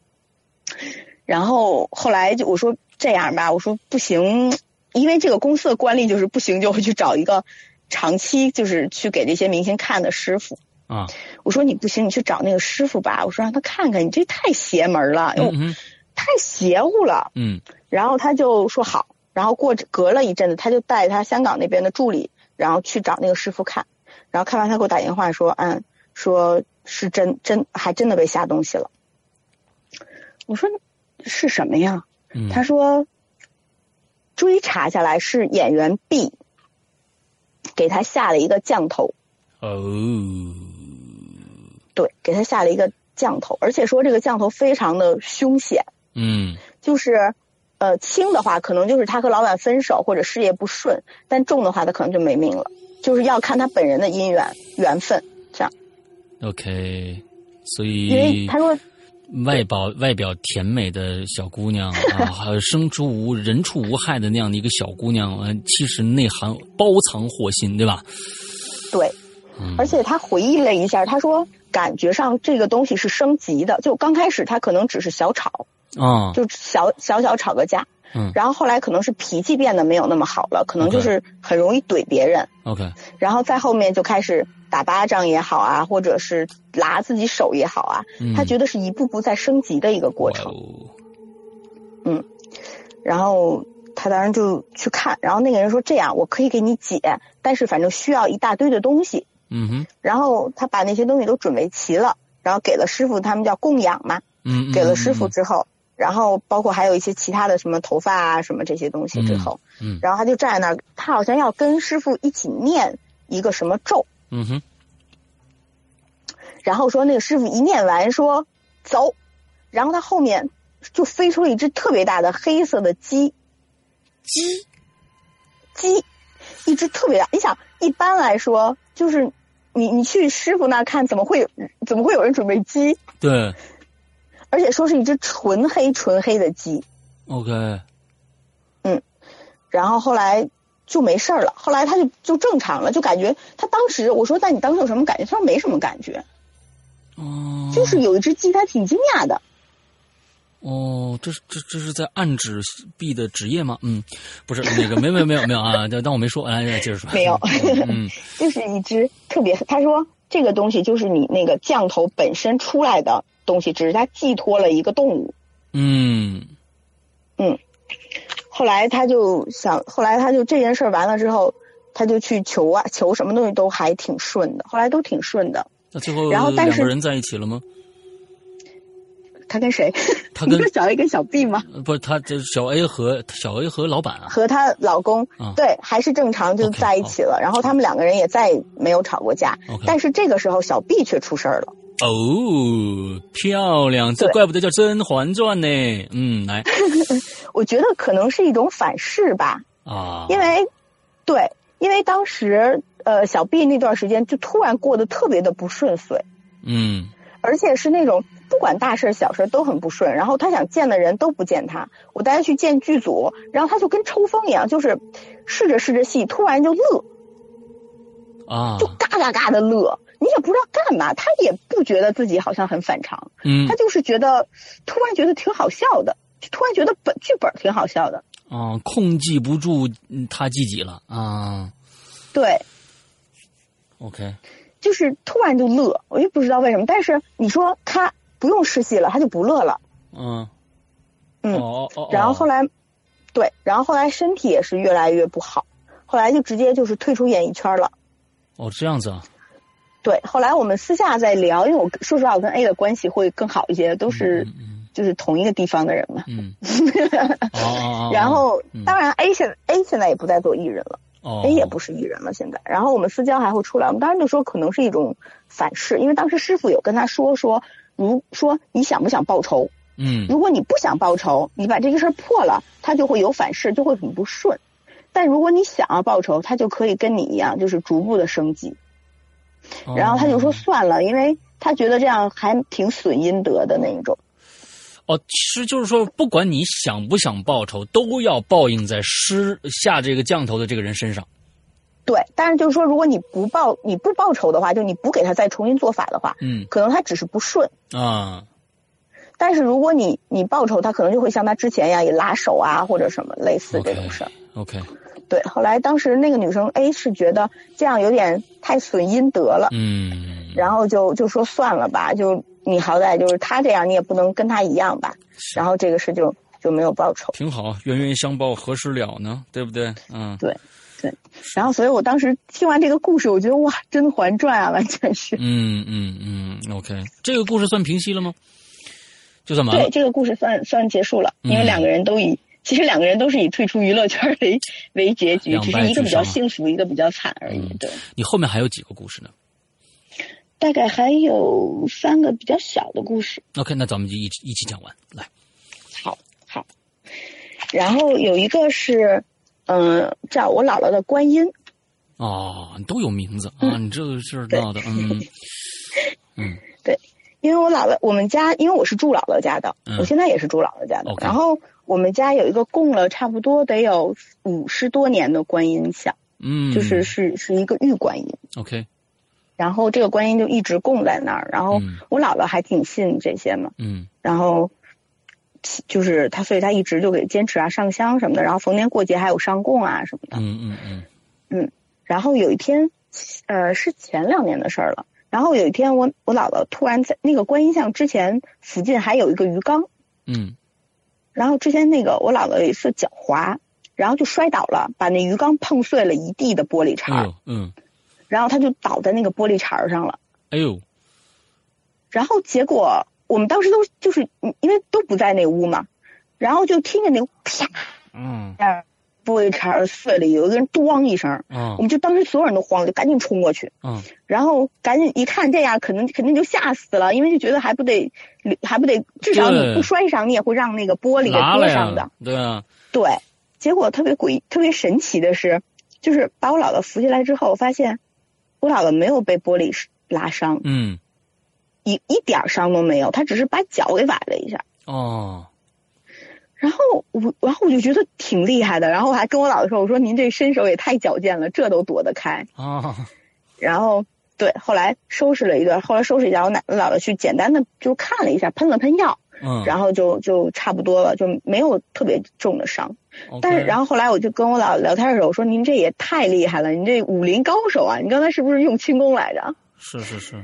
Speaker 6: 然后后来就我说这样吧，我说不行，因为这个公司的惯例就是不行就会去找一个长期就是去给这些明星看的师傅。
Speaker 7: 啊，
Speaker 6: 我说你不行，你去找那个师傅吧。我说让他看看，你这太邪门了，
Speaker 7: 嗯
Speaker 6: 哟，
Speaker 7: 嗯
Speaker 6: 太邪乎了。
Speaker 7: 嗯
Speaker 6: 然后他就说好，然后过隔了一阵子，他就带他香港那边的助理，然后去找那个师傅看，然后看完他给我打电话说，嗯，说是真真还真的被下东西了。我说是什么呀？
Speaker 7: 嗯，
Speaker 6: 他说，追查下来是演员 B 给他下了一个降头，
Speaker 7: 哦，
Speaker 6: 对，给他下了一个降头，而且说这个降头非常的凶险，
Speaker 7: 嗯
Speaker 6: 就是，呃，轻的话可能就是他和老板分手或者事业不顺，但重的话他可能就没命了，就是要看他本人的姻缘缘分。
Speaker 7: ，OK，所
Speaker 6: 因为
Speaker 7: 以
Speaker 6: 他说，
Speaker 7: 外表外表甜美的小姑娘
Speaker 6: *laughs*
Speaker 7: 啊，还有生出无人畜无害的那样的一个小姑娘，呃，其实内涵包藏祸心，对吧？
Speaker 6: 对，
Speaker 7: 嗯
Speaker 6: 而且他回忆了一下，他说感觉上这个东西是升级的，就刚开始他可能只是小吵，
Speaker 7: 啊，
Speaker 6: 就小小小吵个架，
Speaker 7: 嗯
Speaker 6: 然后后来可能是脾气变得没有那么好了，可能就是很容易怼别人，
Speaker 7: OK，
Speaker 6: 然后再后面就开始打巴掌也好啊，或者是拉自己手也好啊，
Speaker 7: 嗯
Speaker 6: 他觉得是一步步在升级的一个过程。
Speaker 7: 哇哦
Speaker 6: 然后他当时就去看，然后那个人说这样，我可以给你解，但是反正需要一大堆的东西。
Speaker 7: 嗯哼，
Speaker 6: 然后他把那些东西都准备齐了，然后给了师傅，他们叫供养嘛，
Speaker 7: 嗯，嗯
Speaker 6: 给了师傅
Speaker 7: 嗯
Speaker 6: 之后，然后包括还有一些其他的什么头发啊什么这些东西之后，
Speaker 7: 嗯嗯
Speaker 6: 然后他就站在那儿，他好像要跟师傅一起念一个什么咒，
Speaker 7: 嗯哼，
Speaker 6: 然后说那个师傅一念完说走，然后他后面就飞出了一只特别大的黑色的鸡，鸡，鸡，一只特别大。你想，一般来说就是你你去师傅那儿看，怎么会怎么会有人准备鸡？
Speaker 7: 对
Speaker 6: 而且说是一只纯黑纯黑的鸡，
Speaker 7: ，OK，
Speaker 6: 然后后来就没事儿了，后来他就就正常了，就感觉他当时我说那你当时有什么感觉？他说没什么感觉，
Speaker 7: 哦，
Speaker 6: 就是有一只鸡，他挺惊讶的。
Speaker 7: 哦，这是这这是在暗指 B 的职业吗？嗯，不是那个，没有没有没有没有啊，当当我没说，来来接着说，
Speaker 6: 没有 *laughs*
Speaker 7: 嗯
Speaker 6: 就是一只特别，他说这个东西就是你那个降头本身出来的东西，只是它寄托了一个动物。
Speaker 7: 嗯
Speaker 6: 后来他就想，后来他就这件事儿完了之后，他就去求啊，求什么东西都还挺顺的，后来都挺顺的。
Speaker 7: 那最后
Speaker 6: 然后但
Speaker 7: 两
Speaker 6: 是
Speaker 7: 个人在一起了吗？
Speaker 6: 他跟谁？
Speaker 7: 他
Speaker 6: 你
Speaker 7: 跟
Speaker 6: 不是 *laughs* 小 A 跟小 B 吗？
Speaker 7: 呃不是他这小 A 和小 A 和老板啊，
Speaker 6: 和她老公、
Speaker 7: 啊
Speaker 6: 对还是正常就
Speaker 7: OK，
Speaker 6: 在一起了。然后他们两个人也再也没有吵过架。
Speaker 7: OK
Speaker 6: 但是这个时候小 B 却出事儿了。
Speaker 7: 哦，漂亮，这
Speaker 6: 对
Speaker 7: 怪不得叫《甄嬛传》呢。嗯，来
Speaker 6: 我觉得可能是一种反噬吧。
Speaker 7: 啊，
Speaker 6: *laughs* 因为，对，因为当时呃小 B 那段时间就突然过得特别的不顺遂，
Speaker 7: 嗯
Speaker 6: 而且是那种不管大事儿小事儿都很不顺，然后他想见的人都不见他，我带他去见剧组，然后他就跟抽风一样，就是试着试着戏，突然就乐，
Speaker 7: 啊
Speaker 6: 就，嘎嘎嘎的乐。你也不知道干嘛，他也不觉得自己好像很反常，
Speaker 7: 嗯
Speaker 6: 他就是觉得突然觉得挺好笑的，就突然觉得本剧本挺好笑的，
Speaker 7: 啊，控制不住嗯他自己了啊。
Speaker 6: 对，
Speaker 7: OK，
Speaker 6: 就是突然就乐，我也不知道为什么。但是你说他不用试戏了，他就不乐了。
Speaker 7: 嗯
Speaker 6: 嗯
Speaker 7: 哦哦哦，
Speaker 6: 然后后来，对，然后后来身体也是越来越不好，后来就直接就是退出演艺圈了。
Speaker 7: 哦哦这样子啊，
Speaker 6: 对，后来我们私下在聊，因为我说实话，我跟 A 的关系会更好一些，都是、
Speaker 7: 嗯
Speaker 6: 就是同一个地方的人嘛。
Speaker 7: 嗯，嗯哦哦哦
Speaker 6: *laughs* 然后
Speaker 7: 嗯，
Speaker 6: 当然 A 现 A 现在也不再做艺人了、
Speaker 7: 哦
Speaker 6: a 也不是艺人了现在。然后我们私交还会出来，我们当时就说可能是一种反噬，因为当时师傅有跟他说说，如说你想不想报仇？
Speaker 7: 嗯
Speaker 6: 如果你不想报仇，你把这个事儿破了，他就会有反噬，就会很不顺。但如果你想要报仇，他就可以跟你一样，就是逐步的升级。
Speaker 7: 哦
Speaker 6: 然后他就说算了，因为他觉得这样还挺损阴德的那一种。
Speaker 7: 哦，其实就是说，不管你想不想报仇，都要报应在施下这个降头的这个人身上。
Speaker 6: 对，但是就是说，如果你不报你不报仇的话，就你不给他再重新做法的话，
Speaker 7: 嗯
Speaker 6: 可能他只是不顺。
Speaker 7: 啊，
Speaker 6: 但是如果你你报仇，他可能就会像他之前一样也拉手啊或者什么类似这种事儿。
Speaker 7: OK，
Speaker 6: 对，后来当时那个女生 A 是觉得这样有点太损阴德了，
Speaker 7: 嗯，
Speaker 6: 然后就就说算了吧，就你好歹就是他这样，你也不能跟他一样吧。然后这个事就就没有报仇。
Speaker 7: 挺好，冤冤相报何时了呢？对不对？嗯，
Speaker 6: 然后，所以我当时听完这个故事，我觉得哇，《甄嬛传》啊，完全是。
Speaker 7: 嗯嗯嗯，OK，这个故事算平息了吗？就算完了
Speaker 6: 对，。这个故事算算结束了，
Speaker 7: 啊嗯
Speaker 6: 因为两个人都以、其实两个人都是以退出娱乐圈为为结局，
Speaker 7: 两败
Speaker 6: 只是一个比较
Speaker 7: 俱伤
Speaker 6: 幸福，一个比较惨而已。
Speaker 7: 嗯
Speaker 6: 对，
Speaker 7: 你后面还有几个故事呢
Speaker 6: 大概还有三个比较小的故事。
Speaker 7: ？OK，那咱们就一起一起讲完来。
Speaker 6: 好，好。然后有一个是，嗯、叫我姥姥的观音。
Speaker 7: 哦，你都有名字
Speaker 6: 嗯
Speaker 7: 啊，你这个事儿闹的，嗯
Speaker 6: 因为我姥姥，我们家因为我是住姥姥家的，
Speaker 7: 嗯
Speaker 6: 我现在也是住姥姥家的。
Speaker 7: OK
Speaker 6: 然后我们家有一个供了差不多得有五十多年的观音像，
Speaker 7: 嗯，
Speaker 6: 就是是是一个玉观音，
Speaker 7: OK，
Speaker 6: 然后这个观音就一直供在那儿。然后
Speaker 7: 嗯
Speaker 6: 我姥姥还挺信这些嘛，
Speaker 7: 嗯
Speaker 6: 然后就是她，所以她一直就给坚持啊上香什么的，然后逢年过节还有上供啊什么的。
Speaker 7: 嗯嗯嗯
Speaker 6: 然后有一天，呃，是前两年的事儿了。然后有一天我，我姥姥突然在那个观音像之前附近还有一个鱼缸。
Speaker 7: 嗯
Speaker 6: 然后之前那个我姥姥有一次脚滑，然后就摔倒了，把那鱼缸碰碎了一地的玻璃
Speaker 7: 嗯，
Speaker 6: 碴
Speaker 7: 哎
Speaker 6: 儿，
Speaker 7: 呦，嗯，
Speaker 6: 然后她就倒在那个玻璃碴儿上了。
Speaker 7: 哎呦，
Speaker 6: 然后结果我们当时都就是因为都不在那屋嘛，然后就听见那啪
Speaker 7: 嗯
Speaker 6: 一下玻璃碴儿碎了，有一个人咣一声，
Speaker 7: 啊
Speaker 6: 我们就当时所有人都慌了，就赶紧冲过去，
Speaker 7: 啊
Speaker 6: 然后赶紧一看这样，肯定肯定就吓死了，因为就觉得还不得还不得至少
Speaker 7: 对
Speaker 6: 你不摔伤，你也会让那个玻璃给
Speaker 7: 拉了
Speaker 6: 割伤的
Speaker 7: 呀。，对啊，
Speaker 6: 对，结果特别诡异、特别神奇的是，就是把我姥姥扶起来之后，我发现我姥姥没有被玻璃拉伤，
Speaker 7: 嗯，
Speaker 6: 一一点儿伤都没有，她只是把脚给崴了一下。
Speaker 7: 哦，
Speaker 6: 然后我，然后我就觉得挺厉害的，然后我还跟我姥姥说：“我说您这身手也太矫健了，这都躲得开。
Speaker 7: 啊，”
Speaker 6: 然后，对，后来收拾了一段，后来收拾一下，我奶姥姥去简单的就看了一下，喷了喷药，
Speaker 7: 嗯，
Speaker 6: 然后就就差不多了，就没有特别重的伤。
Speaker 7: OK
Speaker 6: 但是，然后后来我就跟我姥姥聊天的时候，我说：“您这也太厉害了，您这武林高手啊！你刚才是不是用轻功来着
Speaker 7: 是是是，？”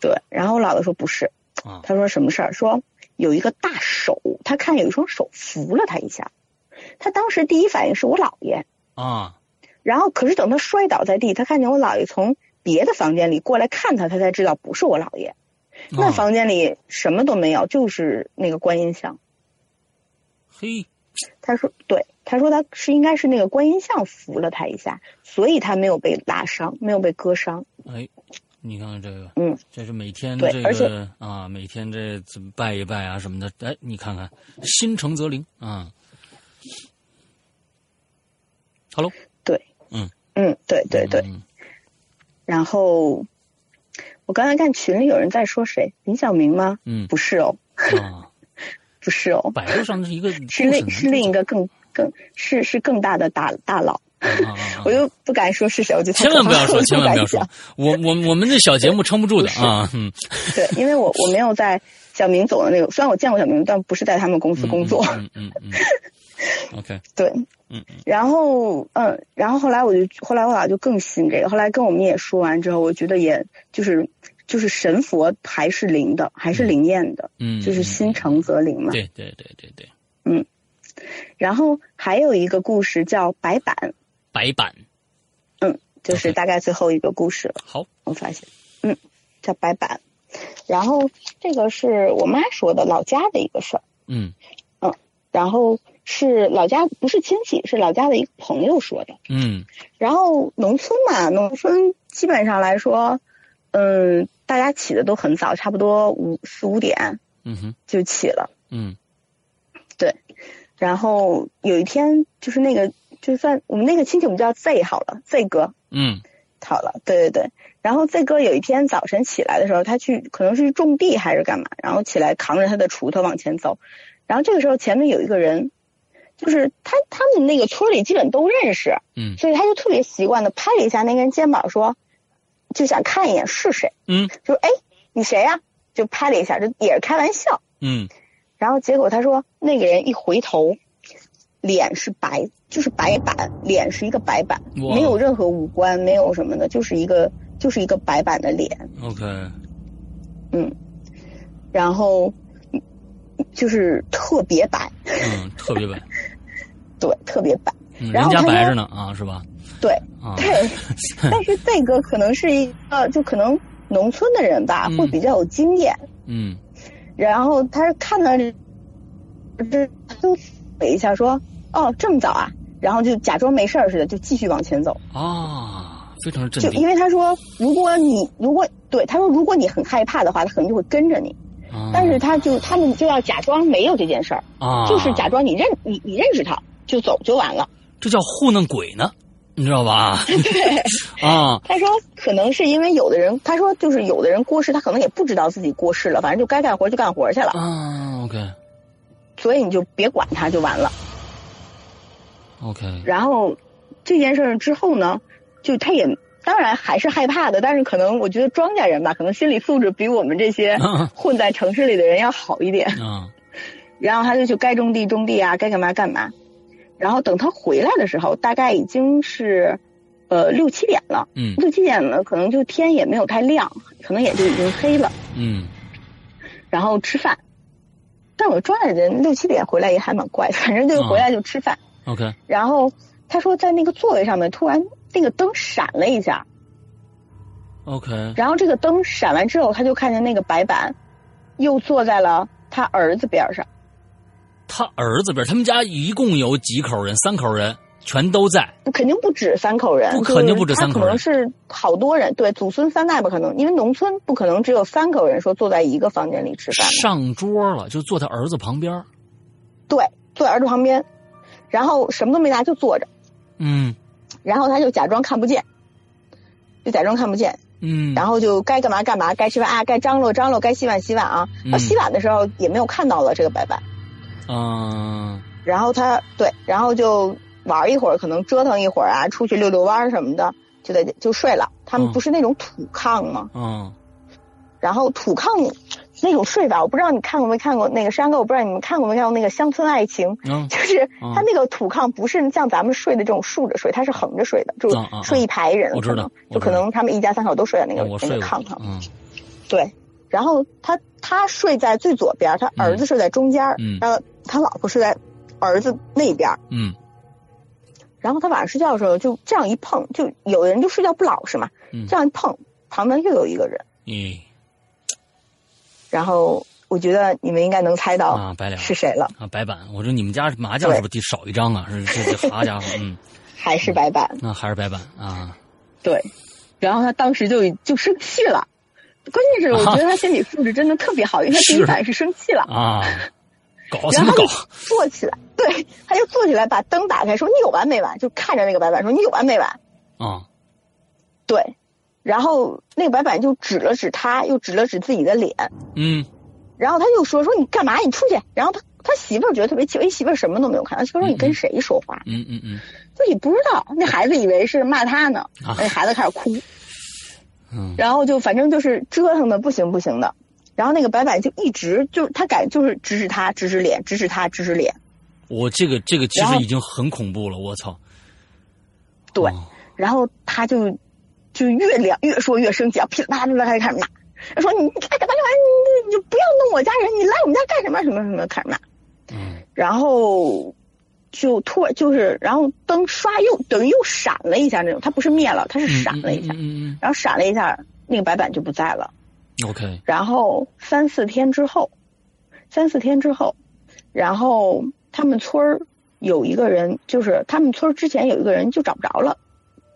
Speaker 6: 对，然后我姥姥说：“不是。
Speaker 7: 啊”
Speaker 6: 她说：“什么事儿？”说有一个大手，她看有一双手扶了她一下，她当时第一反应是我姥爷，
Speaker 7: 啊，
Speaker 6: 然后可是等她摔倒在地，她看见我姥爷从别的房间里过来看她，她才知道不是我姥爷。那
Speaker 7: 啊
Speaker 6: 房间里什么都没有，就是那个观音像。
Speaker 7: 嘿，
Speaker 6: 他说：“对，他说他是应该是那个观音像扶了他一下，所以他没有被拉伤，没有被割伤。
Speaker 7: 哎，你看看这个，
Speaker 6: 嗯，
Speaker 7: 这是每天
Speaker 6: 对
Speaker 7: 这
Speaker 6: 而且
Speaker 7: 个啊，每天这拜一拜啊什么的，哎，你看看，心诚则灵啊。Hello，
Speaker 6: 嗯，对对对。
Speaker 7: 嗯
Speaker 6: 然后我刚才看群里有人在说谁，林晓明吗？
Speaker 7: 嗯
Speaker 6: 不是哦，
Speaker 7: 啊，
Speaker 6: 不是哦，
Speaker 7: 百度上是一个
Speaker 6: 是另是另一个更更是是更大的大大佬，
Speaker 7: 个，啊啊啊
Speaker 6: 我又不敢说是谁，我就
Speaker 7: 千万不要说，千万不要
Speaker 6: 我
Speaker 7: 说
Speaker 6: 敢，
Speaker 7: 我我我们这小节目撑不住的啊，嗯，
Speaker 6: 讲对，因为我我没有在小明总的那个，虽然我见过小明，但不是在他们公司
Speaker 7: 嗯
Speaker 6: 工作。
Speaker 7: 嗯嗯嗯嗯，OK，
Speaker 6: *laughs* 对，
Speaker 7: 嗯，
Speaker 6: 然后嗯，然后后来我就后来我俩就更信这个，后来跟我们也说完之后，我觉得也就是就是神佛还是灵的，还是灵验的，
Speaker 7: 嗯，
Speaker 6: *laughs* 就是心诚则灵嘛。
Speaker 7: 对对对对对，
Speaker 6: 然后还有一个故事叫白板，
Speaker 7: 白板
Speaker 6: 就是
Speaker 7: OK
Speaker 6: 大概最后一个故事了，
Speaker 7: 好，
Speaker 6: 我发现。嗯，叫白板。然后这个是我妈说的老家的一个事儿，
Speaker 7: 嗯
Speaker 6: 然后是老家不是亲戚，是老家的一个朋友说的。
Speaker 7: 嗯
Speaker 6: 然后农村嘛，农村基本上来说，嗯，大家起的都很早，差不多五四五点
Speaker 7: 嗯哼
Speaker 6: 就起了。
Speaker 7: 嗯
Speaker 6: 然后有一天，就是那个，就算我们那个亲戚，我们叫 Z 好了，Z 哥
Speaker 7: 嗯
Speaker 6: 好了，对对对。然后 Z 哥有一天早晨起来的时候，他去可能是去种地还是干嘛，然后起来扛着他的锄头往前走。然后这个时候前面有一个人，就是他他们那个村里基本都认识，
Speaker 7: 嗯
Speaker 6: 所以他就特别习惯的拍了一下那个人肩膀，说，就想看一眼是谁，
Speaker 7: 嗯
Speaker 6: 就说哎你谁呀、就拍了一下，这也是开玩笑。
Speaker 7: 嗯
Speaker 6: 然后结果他说那个人一回头，脸是白，就是白板，脸是一个白板，
Speaker 7: 哇哦
Speaker 6: 没有任何五官，没有什么的，就是一个就是一个白板的脸。
Speaker 7: ，OK，
Speaker 6: 然后嗯就是特别白，
Speaker 7: 嗯，特别白，
Speaker 6: 对，特别白，
Speaker 7: 嗯，
Speaker 6: 然
Speaker 7: 人
Speaker 6: 后
Speaker 7: 家
Speaker 6: 他
Speaker 7: 白
Speaker 6: 说
Speaker 7: 着呢啊，是吧？
Speaker 6: 对
Speaker 7: 啊， *laughs*
Speaker 6: 对。但是这个可能是一个，就可能农村的人吧，
Speaker 7: 嗯
Speaker 6: 会比较有经验。
Speaker 7: 嗯
Speaker 6: 然后他看到这，这就了一下说：“哦，这么早啊？”然后就假装没事儿似的，就继续往前走。
Speaker 7: 啊，非常镇
Speaker 6: 就因
Speaker 7: 定
Speaker 6: 为他说，如果你如果对他说，如果你很害怕的话，他可能就会跟着你。
Speaker 7: 啊，
Speaker 6: 但是他就他们就要假装没有这件事儿，
Speaker 7: 啊，
Speaker 6: 就是假装你认你你认识他就走就完了。
Speaker 7: 这叫糊弄鬼呢，你知道
Speaker 6: *laughs*
Speaker 7: 吧？ *laughs* 啊，
Speaker 6: 他说，可能是因为有的人，他说就是有的人过世，他可能也不知道自己过世了，反正就该干活就干活去了，
Speaker 7: 啊，OK
Speaker 6: 所以你就别管他就完了。
Speaker 7: OK，
Speaker 6: 然后这件事儿之后呢，就他也当然还是害怕的，但是可能我觉得庄稼人吧，可能心理素质比我们这些混在城市里的人要好一点。
Speaker 7: 啊
Speaker 6: 然后他就去该种地种地啊，该干嘛干嘛。然后等他回来的时候，大概已经是呃六七点了，
Speaker 7: 嗯
Speaker 6: 六七点了，可能就天也没有太亮，可能也就已经黑了。
Speaker 7: 嗯
Speaker 6: 然后吃饭，但我庄稼人六七点回来也还蛮怪的，反正就是回来就吃饭。
Speaker 7: OK，
Speaker 6: 然后他说在那个座位上面突然那个灯闪了一下，
Speaker 7: OK，
Speaker 6: 然后这个灯闪完之后，他就看见那个白板又坐在了他儿子边上。
Speaker 7: 他儿子边，他们家一共有几口人？三口人，全都在。
Speaker 6: 肯定不止三口人，
Speaker 7: 不肯定不止三口人
Speaker 6: 就是他可能是好多人，对，祖孙三代吧，可能，因为农村不可能只有三口人说坐在一个房间里吃饭，
Speaker 7: 上桌了，就坐他儿子旁边儿。
Speaker 6: 对，坐在儿子旁边，然后什么都没拿就坐着，
Speaker 7: 嗯
Speaker 6: 然后他就假装看不见，就假装看不见，
Speaker 7: 嗯，
Speaker 6: 然后就该干嘛干嘛，该吃饭啊，该张罗张罗，该洗碗洗碗啊。
Speaker 7: 嗯
Speaker 6: 到洗碗的时候也没有看到了这个白板，
Speaker 7: 嗯
Speaker 6: 然后他对，然后就玩一会儿，可能折腾一会儿啊，出去溜溜弯儿什么的，就在就睡了。他们
Speaker 7: 嗯
Speaker 6: 不是那种土炕吗？
Speaker 7: 嗯
Speaker 6: 然后土炕那种睡法，我不知道你看过没看过那个山哥，我不知道你们看过没看过那个《乡村爱情》。
Speaker 7: 嗯
Speaker 6: 就是
Speaker 7: 嗯
Speaker 6: 他那个土炕不是像咱们睡的这种竖着睡，它是横着睡的，就
Speaker 7: 嗯嗯嗯
Speaker 6: 睡一排人，
Speaker 7: 我知
Speaker 6: 可
Speaker 7: 道
Speaker 6: 能
Speaker 7: 我
Speaker 6: 就
Speaker 7: 知
Speaker 6: 可
Speaker 7: 道
Speaker 6: 能他们一家三口都睡在那个
Speaker 7: 我
Speaker 6: 那
Speaker 7: 睡
Speaker 6: 个
Speaker 7: 过
Speaker 6: 炕上。
Speaker 7: 嗯
Speaker 6: 对，然后他他睡在最左边，他儿子睡在中间，
Speaker 7: 嗯
Speaker 6: 然后他老婆睡在儿子那边。
Speaker 7: 嗯
Speaker 6: 然后他晚上睡觉的时候就这样一碰，就有的人就睡觉不老实嘛，
Speaker 7: 嗯
Speaker 6: 这样一碰，旁边又有一个人。
Speaker 7: 咦
Speaker 6: 然后我觉得你们应该能猜到
Speaker 7: 啊，白脸
Speaker 6: 是谁了，
Speaker 7: 啊，白板。我说你们家麻将是不是得少一张啊？是这这好家伙，嗯，
Speaker 6: 还是白板？
Speaker 7: 那还是白板啊。
Speaker 6: 对。然后他当时就就生气了，关键是我觉得他心理素质真的特别好，因为他第一
Speaker 7: *laughs* 是
Speaker 6: 反应是生气了，
Speaker 7: 啊，搞什
Speaker 6: 然
Speaker 7: 么
Speaker 6: 后
Speaker 7: 搞
Speaker 6: 他就？坐起来，对，他就坐起来把灯打开，说：“你有完没完？”就看着那个白板说：“你有完没完
Speaker 7: 啊？”
Speaker 6: 对，然后那个白板就指了指他，又指了指自己的脸，
Speaker 7: 嗯
Speaker 6: 然后他又说：“说你干嘛？你出去。”然后他他媳妇儿觉得特别奇怪，因为媳妇儿什么都没有看，他媳妇儿说：“你跟谁说话
Speaker 7: 嗯嗯嗯？”
Speaker 6: 就也不知道，那孩子以为是骂他呢，
Speaker 7: 啊
Speaker 6: 那孩子开始哭，
Speaker 7: 嗯
Speaker 6: 然后就反正就是折腾的不行不行的。然后那个白板就一直就他敢就是指指他指指脸指指他指指脸，
Speaker 7: 我这个这个其
Speaker 6: 然
Speaker 7: 实
Speaker 6: 后
Speaker 7: 已经很恐怖了，我操！
Speaker 6: 对，
Speaker 7: 哦
Speaker 6: 然后他就就越聊越说越生气，啊噼里啪啦开始开始骂，他说你干干嘛干嘛，你你就不要弄我家人，你来我们家干什么什么什么，开始骂，
Speaker 7: 嗯
Speaker 6: 然后就突然就是，然后灯唰又等于又闪了一下那种，它不是灭了，它是闪了一下，
Speaker 7: 嗯嗯嗯嗯
Speaker 6: 然后闪了一下，那个白板就不在了。
Speaker 7: OK，
Speaker 6: 然后三四天之后，三四天之后，然后他们村儿有一个人，就是他们村儿之前有一个人就找不着了，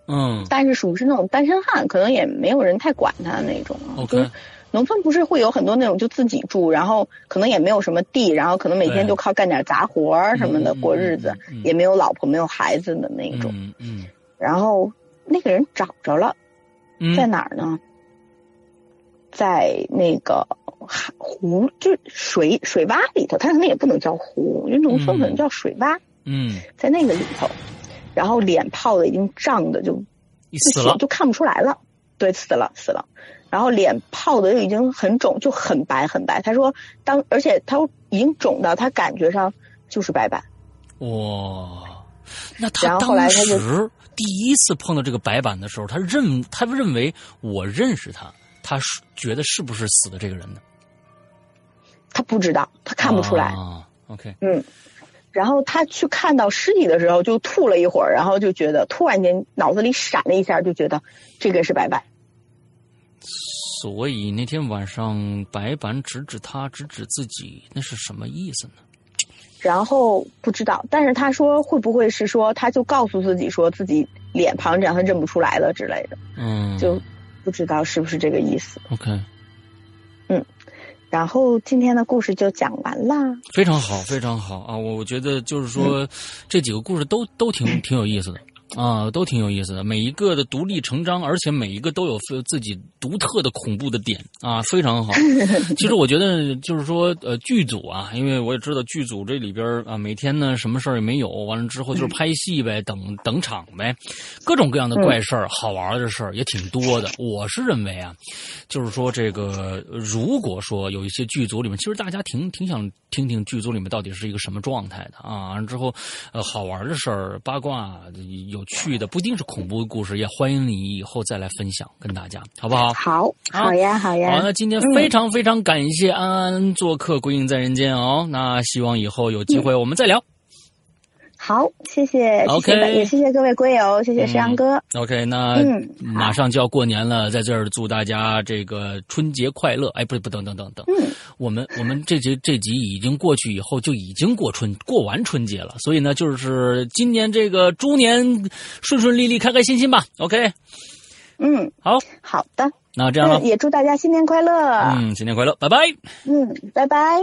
Speaker 7: 嗯
Speaker 6: 但是属于是那种单身汉，可能也没有人太管他那种。啊就
Speaker 7: ，OK，
Speaker 6: 是农村不是会有很多那种就自己住，然后可能也没有什么地，然后可能每天
Speaker 7: 对
Speaker 6: 就靠干点杂活儿什么的
Speaker 7: 嗯嗯
Speaker 6: 过日子，
Speaker 7: 嗯嗯
Speaker 6: 也没有老婆没有孩子的那种。
Speaker 7: 嗯嗯
Speaker 6: 然后那个人找着了，
Speaker 7: 嗯，
Speaker 6: 在哪儿呢？在那个海湖，就是水水洼里头，它可能也不能叫湖，因为农村可能叫水洼，
Speaker 7: 嗯，
Speaker 6: 在那个里头，然后脸泡的已经胀的就
Speaker 7: 你
Speaker 6: 就
Speaker 7: 死了，
Speaker 6: 就看不出来了，对，死了死了，然后脸泡的就已经很肿，就很白很白。他说当，而且他已经肿到他感觉上就是白板，
Speaker 7: 哇！那
Speaker 6: 然
Speaker 7: 他
Speaker 6: 后后
Speaker 7: 当
Speaker 6: 来他就
Speaker 7: 时第一次碰到这个白板的时候，他认他认为我认识他，他是觉得是不是死的这个人呢？
Speaker 6: 他不知道，他看不出来。
Speaker 7: 啊、OK，
Speaker 6: 嗯，然后他去看到尸体的时候，就吐了一会儿，然后就觉得突然间脑子里闪了一下，就觉得这个是白板。
Speaker 7: 所以那天晚上白板指指他，指指自己，那是什么意思呢？
Speaker 6: 然后不知道，但是他说会不会是说，他就告诉自己说自己脸庞这样他认不出来了之类的，
Speaker 7: 嗯，
Speaker 6: 就不知道是不是这个意思。
Speaker 7: OK，
Speaker 6: 然后今天的故事就讲完啦，
Speaker 7: 非常好，非常好啊！我我觉得就是说，这几个故事都都挺挺有意思的啊，都挺有意思的，每一个的独立成章，而且每一个都有自自己独特的恐怖的点啊，非常好。其实我觉得就是说，呃，剧组啊，因为我也知道剧组这里边儿啊，每天呢什么事儿也没有，完了之后就是拍戏呗，等等场呗，各种各样的怪事儿、好玩的事儿也挺多的。我是认为啊，就是说这个，呃如果说有一些剧组里面，其实大家挺挺想听听剧组里面到底是一个什么状态的啊。完了之后，呃，好玩的事儿、八卦、有趣的，不一定是恐怖故事，也欢迎你以后再来分享跟大家，好不好？
Speaker 6: 好，好呀，好呀，
Speaker 7: 好，那今
Speaker 6: 嗯
Speaker 7: 天非常非常感谢安安做客《鬼影在人间》哦，那希望以后有机
Speaker 6: 嗯
Speaker 7: 会我们再聊。
Speaker 6: 好，谢谢，谢
Speaker 7: OK 嗯
Speaker 6: 谢本，也谢谢各位龟友，谢谢石阳哥，
Speaker 7: OK，那
Speaker 6: 嗯
Speaker 7: 马上就要过年了，在这儿祝大家这个春节快乐。哎，不是，不等等等等，
Speaker 6: 嗯
Speaker 7: 我们我们这集这集已经过去以后就已经过春过完春节了，所以呢，就是今年这个猪年顺顺利利、开开心心吧。OK，
Speaker 6: 嗯，
Speaker 7: 好，
Speaker 6: 好的，
Speaker 7: 那这样嗯
Speaker 6: 嗯，
Speaker 7: 了，
Speaker 6: 也祝大家新年快乐，
Speaker 7: 嗯，新年快乐，拜拜。
Speaker 6: 嗯，拜拜。